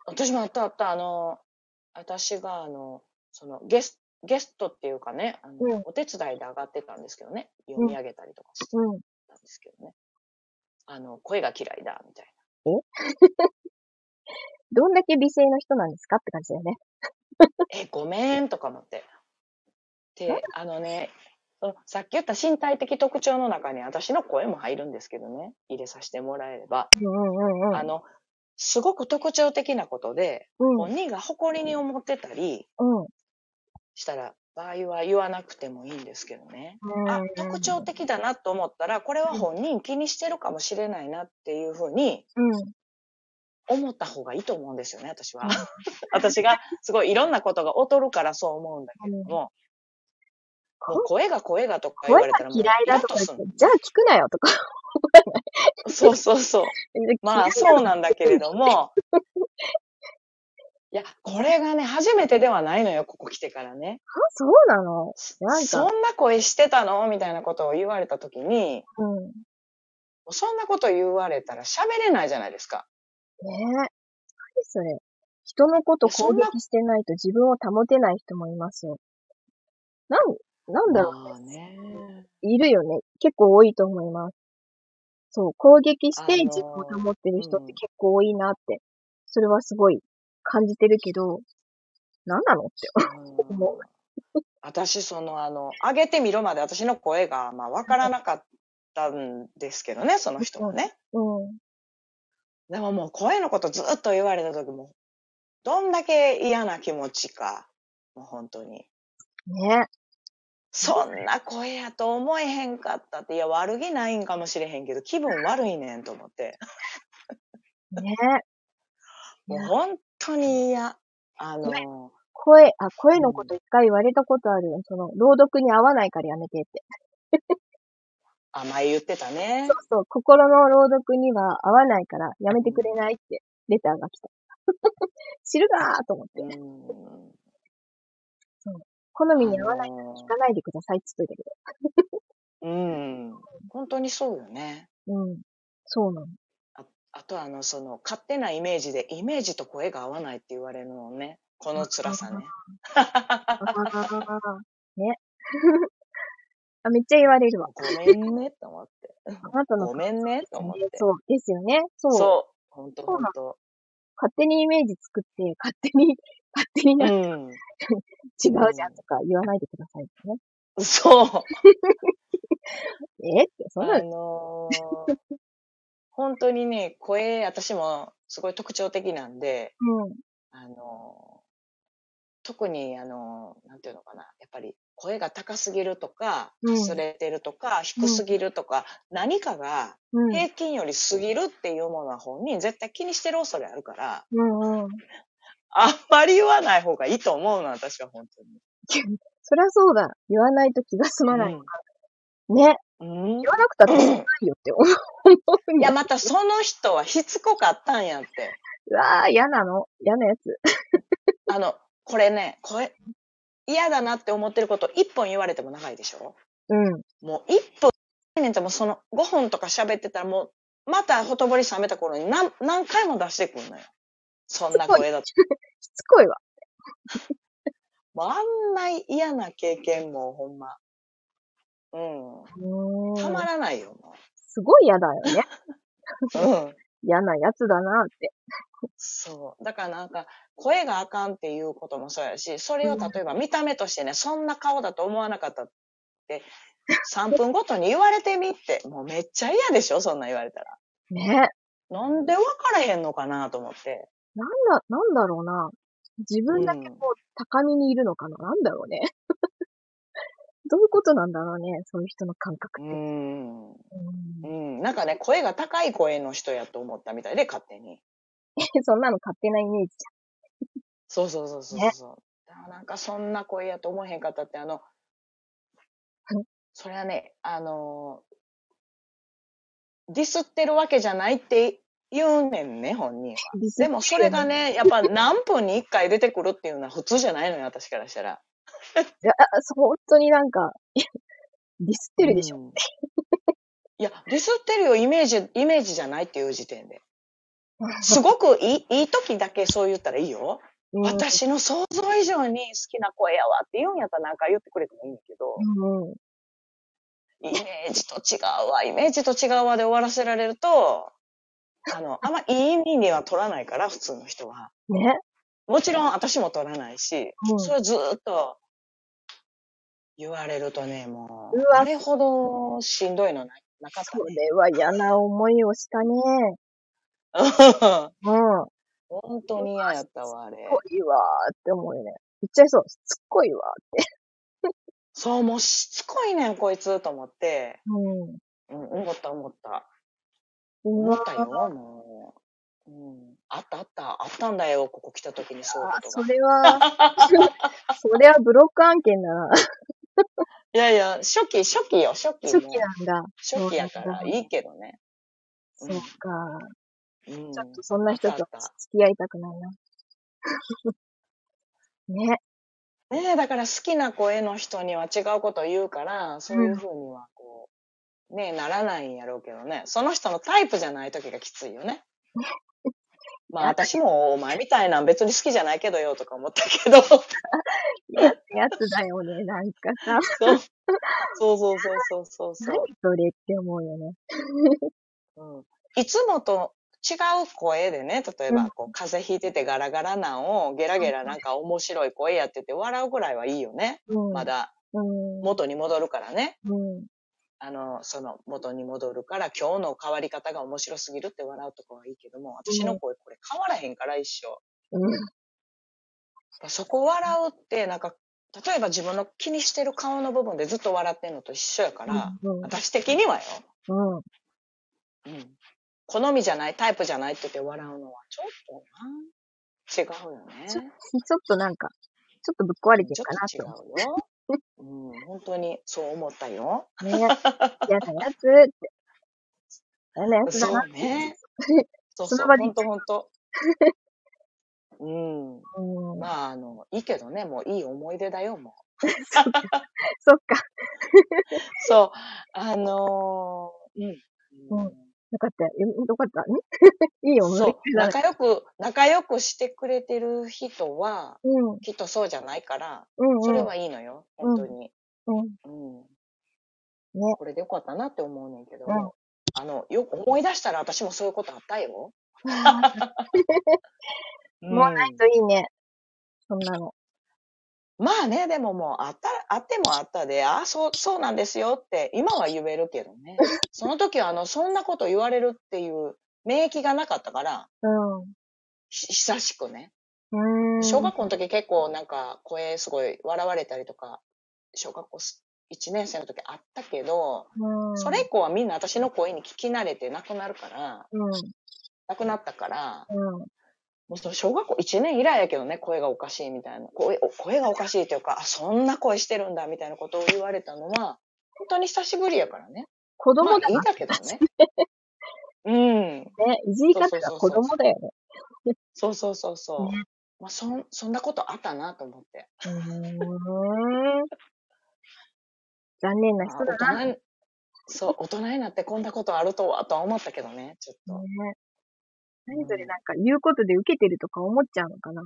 私もあったあった。あの、私が、あの、その、ゲスゲストっていうかね、あのうんお手伝いで上がってたんですけどね、読み上げたりとかしてうん。たんですけどね、あの、声が嫌いだ、みたいどんだけ美声の人なんですかって感じだよね。な、え、ごめん、とか思って。で、あのね、そのさっき言った身体的特徴の中に私の声も入るんですけどね、入れさせてもらえれば、うんうんうんうん。あの、すごく特徴的なことで、うん本人が誇りに思ってたりうん。したら、場合は言わなくてもいいんですけどね。あうん、特徴的だなと思ったら、これは本人気にしてるかもしれないなっていうふうにうん。思った方がいいと思うんですよね、私 は。私がすごいいろんなことが劣るからそう思うんだけども、もう声が声がとか言わ声れがたらもう嫌いだとかイラ言ッすっんて、じゃあ聞くなよとか。のそうそうそう。まあそうなんだけれども、いや、これがね、初めてではないのよ、ここ来てからね。あそうなのなんかそんな声してたのみたいなことを言われたときに、うん。そんなこと言われたら喋れないじゃないですか。ねえ。何それ。人のこといやそ攻んな撃してないと自分を保てない人もいますよ。なん、なんだろう。まあね。いるよね。結構多いと思います。そう、攻撃してあのー自分を保ってる人ってうん結構多いなって、それはすごい感じてるけど、何なのって。うんも私、その、あの、上げてみろまで私の声が、まあ、わからなかったんですけどね、その人はね。うん。でももう声のことずっと言われた時も、どんだけ嫌な気持ちか。もう本当に。ねそんな声やと思えへんかったって、いや、悪気ないんかもしれへんけど、気分悪いねんと思って。え、ねえ。もう本当に嫌。あの、声、あ、声のこと一回言われたことあるよ。その、朗読に合わないからやめてって。甘え言ってたねそう。そう、心の朗読には合わないからやめてくれないって、レターが来た。 知るかーと思ってう、ん。好みに合わないあの聞かないでくださいって言っといたけうん。本当にそうよね。ど。うん。そうなの。ああとあの、その、勝手なイメージで、イメージと声が合わないって言われるのね。この辛さね。ああ、ね。 あ、めっちゃ言われるわ。ごめんね、と思って。あなたのごめんね、と思って。そう、ですよね。そう。そほんとそうほなんと。勝手にイメージ作って、勝手に、 勝手にうなんか違ん。うじゃんとか言わないでくださいね。そう。えって、そあうなののー本当にね、声、私もすごい特徴的なんで、うん。あの、特に、あの、なんていうのかな、やっぱり声が高すぎるとか、うんかすれてるとか、低すぎるとか、何かがうん。平均より過ぎるっていうものは本人絶対気にしてる恐れあるから、うんうん。あんまり言わない方がいいと思うの、私は本当に。そりゃそうだ。言わないと気が済まない。うんね。うん言わなくたって言わないよって思う。いや、またその人はしつこかったんやって。うわー、嫌なの。嫌なやつ。あの、これね、声、嫌だなって思ってること一本言われても長いでしょうん。もう一分、ねんてもうその5本とか喋ってたらもう、またほとぼり冷めた頃に何何回も出してくんのよ。そんな声だと。しつこいわ。もうあんな嫌な経験もほんま。ううんん。たまらないよ、もすごい嫌だよね。う。うん。嫌なやつだなって。そう。だからなんか、声があかんっていうこともそうやし、それを例えば見た目としてね、そんな顔だと思わなかったって、3分ごとに言われてみって、もうめっちゃ嫌でしょ、そんな言われたら。ね。なんで分からへんのかなと思って。なんだ、なんだろうな。自分だけこう、高みにいるのかな、なんだろうね。 どういうことなんだろうね。そういう人の感覚うって。ん。ううんん、なんかね、声が高い声の人やと思ったみたいで、勝手に。そん なの勝手なイメージじそうそうそうそうそう。だからなんかそんな声やと思えへんかったって、あのはい、それはね、あのーディスってるわけじゃないって言うねんね、本人は。ゃん。ディスでもそれが。ね、やっぱ何分に1回出てくるっていうのは普通じゃないのよ、私からしたら。いや、あそう本当になんか、 ディスってるでしょ。うんいや、ディスってるよ、イメージ、イメージじゃないっていう時 点で。すごくいい、いい時だけそう言ったらいいよ。うん、私の想像以上に好きな声やわって言うんやったらなんか言ってくれてもいいんだけど、うんうん。イメージと違うわ、イメージと違うわで終わらせられると、あの、あんまいい意味には取らないから、普通の人は。ね。もちろん私も取らないし、うんそれをずーっと言われるとね、もうう、わあれほどしんどいのななかっそれは嫌な思いをしたね。たね。うん。本当に嫌やったわ、あれす。ごいわーって思うよね。言っちゃいそう。しつこいわーって。そう、もうしつこいねん、こいつ、と思って。うん。うん、思った、思った。う思わったーよ、もう。うん。あったあった、あったんだよ、ここ来た時にそういうあことそが。れは、 それはブロック案件だな。いやいや、初期、初期よ、初期初も。期なんだ。初期やかそうなんら、だいいけどね。そうか。うん。ちょっとそんな人とあったあっ付き合いたくない な。ね。たねえ、だから好きな声の人には違うことを言うから、そういうふうにはこう、ねえ、ならないんやろうけどね。その人のタイプじゃない時がきついよね。まあ、私もお前みたいなん別に好きじゃないけどよとか思った けど。ややつだよね。なんかさ、そうそうそうそうそうそうそう何。それって思うよね。うんいつもと違う声でね、例えうばんこう風邪ひいててガラガラなんをゲラゲラなんか面白い声やってて笑うぐらいはいいよね。うん。ま。だうん。元に戻るからね。うん。あの、その元に戻るから今日の変わり方が面白すぎるって笑うとこはいいけども、私の声これ変わらへんから一生。うん。そこ笑うってなんか、例えば自分の気にしてる顔の部分でずっと笑ってんのと一緒やから、私的にはよ。うん。うん好みじゃない、タイプじゃないって言って笑うのは、ちょっとな。違うよね。ちょちょっとなんか、ちょっとぶっ壊れてるちょかなって思っと違うよ。うん、本当にそう思ったよ。う。ね。嫌なやつって。嫌なやつだそな。うね。そうそのそう、場で本当本当。うん。うん。まあ、あの、いいけどね、もういい思い出だよ、もう。そっか。そう。あのーううんん。よかったよ。よかった。 んいいよ。そう。だ仲良く、仲良くしてくれてる人は、うん。うんきっとそうじゃないから、うん。それはいいのよ、うん本当に。うん。うん。ねこれでよかったなって思うねんけど、うんあの、よく思い出したら私もそういうことあったよ。もうないといいね。そんなの。まあね、でももうあった、あってもあったで、ああ、そう、そうなんですよって、今は言えるけど ね。その時は、あの、そんなこと言われるっていう免疫がなかったから、ひ久しくね。うん。うーん。小学校の時結構なんか声すごい笑われたりとか、小学校1年生の時あったけど、うん。それ以降はみんな私の声に聞き慣れてなくなるから、うん。なくなったから、うん。もうその小学校1年以来やけどね、声がおかしいみたいな。声お声がおかしいというか、あ、そんな声してるんだみたいなことを言われたのは、本当に久しぶりやからね。子まあ供だいいよんだけどね。 うん。ね。いじり方そうがそうそ子うそう供だよね。そうそうそうそう。ねまあそん、そんなことあったなと思って。うーん。残念なま人あだな。大人にそう、大人になってこんなことあるとは、とは思ったけどね、ちょっと。ね何それなんか言うことで受けてるとか思っちゃうのかな。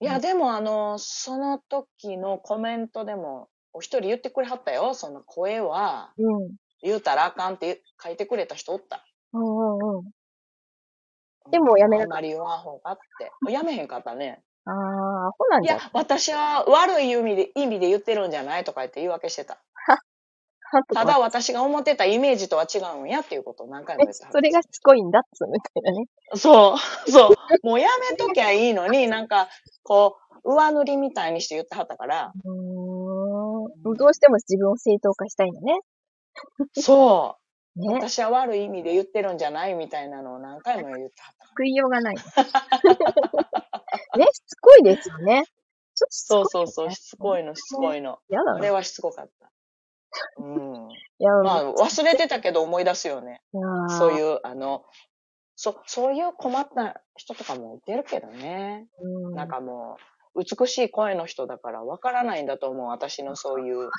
いや、でも、あの、その時のコメントでも、お一人言ってくれはったよ。その声は、うん。言うたらあかんって書いてくれた人おった。うんうんうん。でもやめなあかったんまり言わん方がって。やめへんかったね。ああ、アホなんいだや。、私は悪い意味で、意味で言ってるんじゃないとか言って言い訳してた。はとかただ私が思ってたイメージとは違うんやっていうことを何回も言ってはったそれがしつこいんだっつうみたいなね。そう、 そう。もうやめときゃいい のに、なんか、こう、上塗りみたいにして言ってはったから、うーん。どうしても自分を正当化したいのね。そう、ね。私は悪い意味で言ってるんじゃないみたいなのを何回も言ってはった。食いようが ない。ね、しつこいですよね。ちょっとしつこそいうそうそう、しつこいの、しつこいの。嫌だあな。れはしつこかった。う嫌だん。まな。あ、忘れてたけど思い出すよね。そう。ういう、あの、そ、そういう困った人とかもいてるけどね。うん、なんかもう、美しい声の人だからわからないんだと思う。私のそういう、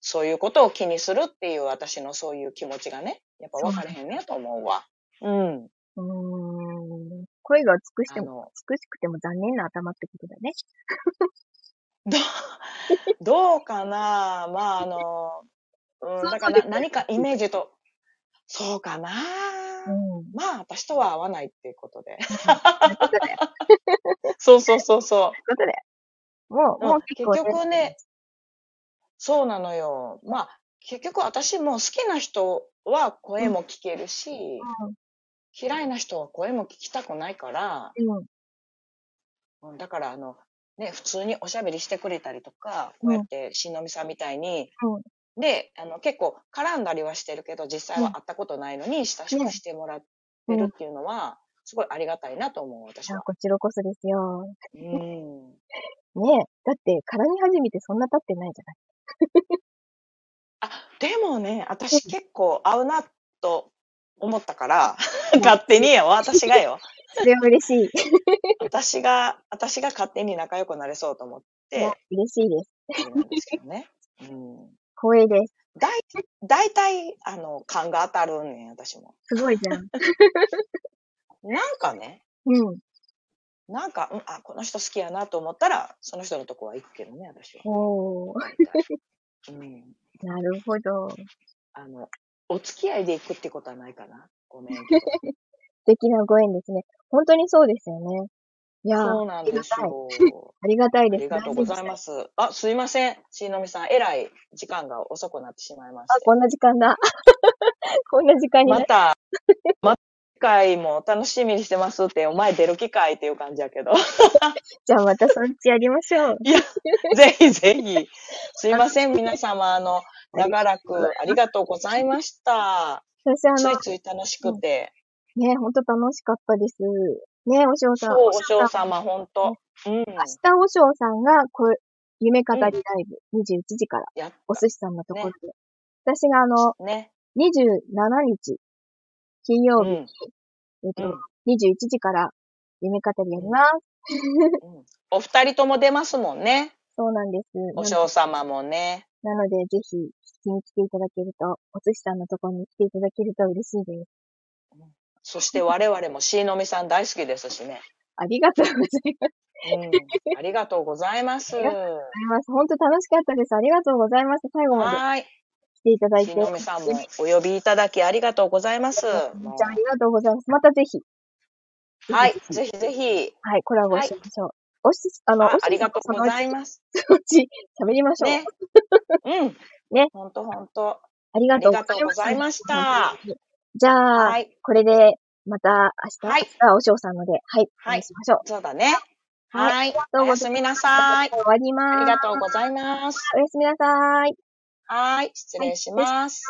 そういうことを気にするっていう私のそういう気持ちがね、やっぱ分かれへんねと思うわ。うん。うーん。声が美しくあても、の、美しくても残念な頭ってことだね。どう、どうかなまああの、うん、だからな何かイメージと、そうかなうん。まあ私とは合わないっていうことで。 そういうことだよ。そうそうそうそそういうことだよ。もう、う。もう結結構局ね、そうなのよ。まあ、結局私も好きな人は声も聞けるし、嫌いな人は声も聞きたくないから、うん。うん。うんだからあの、ね、普通におしゃべりしてくれたりとか、うこんうやってしのみさんみたいに、で、あの、結構絡んだりはしてるけど、実際は会ったことないのに、親しくしてもらってるっていうのは、すごいありがたいなと思う、私じゃあ、は。こちらこそですよ。うん。ねえ。だって、絡み始めてそんな経ってないじゃない。あ、でもね、私結構合うなと思ったから、勝手によ、私 がよ。それは嬉しい。 私が、私が勝手に仲良くなれそうと思って、嬉しいです。なんですけどね。うん。光栄です。だい、だいたい、あの、勘が当たるねん、私も。すごいじゃ ん。なんかね、うん。なんか、うん、あ、この人好きやなと思ったら、その人のとこは行くけどね、私は。おー。うん。なるほど。素あの、お付き合いで行くってことはないかな。ごめんけど。 敵なご縁ですね。本当にそうですよね。いやーそうなんですよ。ありがたいあです。。りがとうございますす。あ、すいません。しのみさん、えらい時間が遅くなってしまいましあ、こんな時間だ。 こんな時間て。になま、ったまた次回も楽しみにしてますって、お前出る機会っていう感じや けど。じゃあまたそっちやりましょう。ぜひぜひ。すいませ ん、皆様、あの、長らくありがとうございました。私あつのい、つい楽しくて。ね、ほんと楽しかったです。ね、おしょうさん。そう、お嬢さん。様、ほんと。うん。明日おしょうさんが、こう、夢語りライブ、21時から、やっお寿司さんのところで。私があの、たね。 27日、金う曜日、ん。えっうと、ん。 21時から、夢語りやります。うんお二人とも出ますもんね。そうなんです。お嬢様もね。なので、ぜひ、聞きに来ていただけると、お寿司さんのところに来ていただけると嬉しいです。そして我々もしのみさん大好きですしね。ありがとうございます。うん、ありがとうございます。本当楽しかったです。ありがとうございます。最後まではーい。ていただいて。ひのみさんもお呼びいただきありがとうございます。もじゃあ、ありがとうございます。またぜひ。うはい、ぜひぜひ。はい、コラボしましょう。おし、あの、あおしありがとうございます。す。そのうち、喋りましょう。ね。うん。ね。ほんとほんと。ありがあとりうございがますとうございました。じゃあ、はい。これで、また明日、はいがおしょうさんので、はい、おはい願いしましょう。そうだね。ははい。とうおごやざすみなさい。終わりまーありす。がとうございます。おやすみなさーい。はい。失礼します。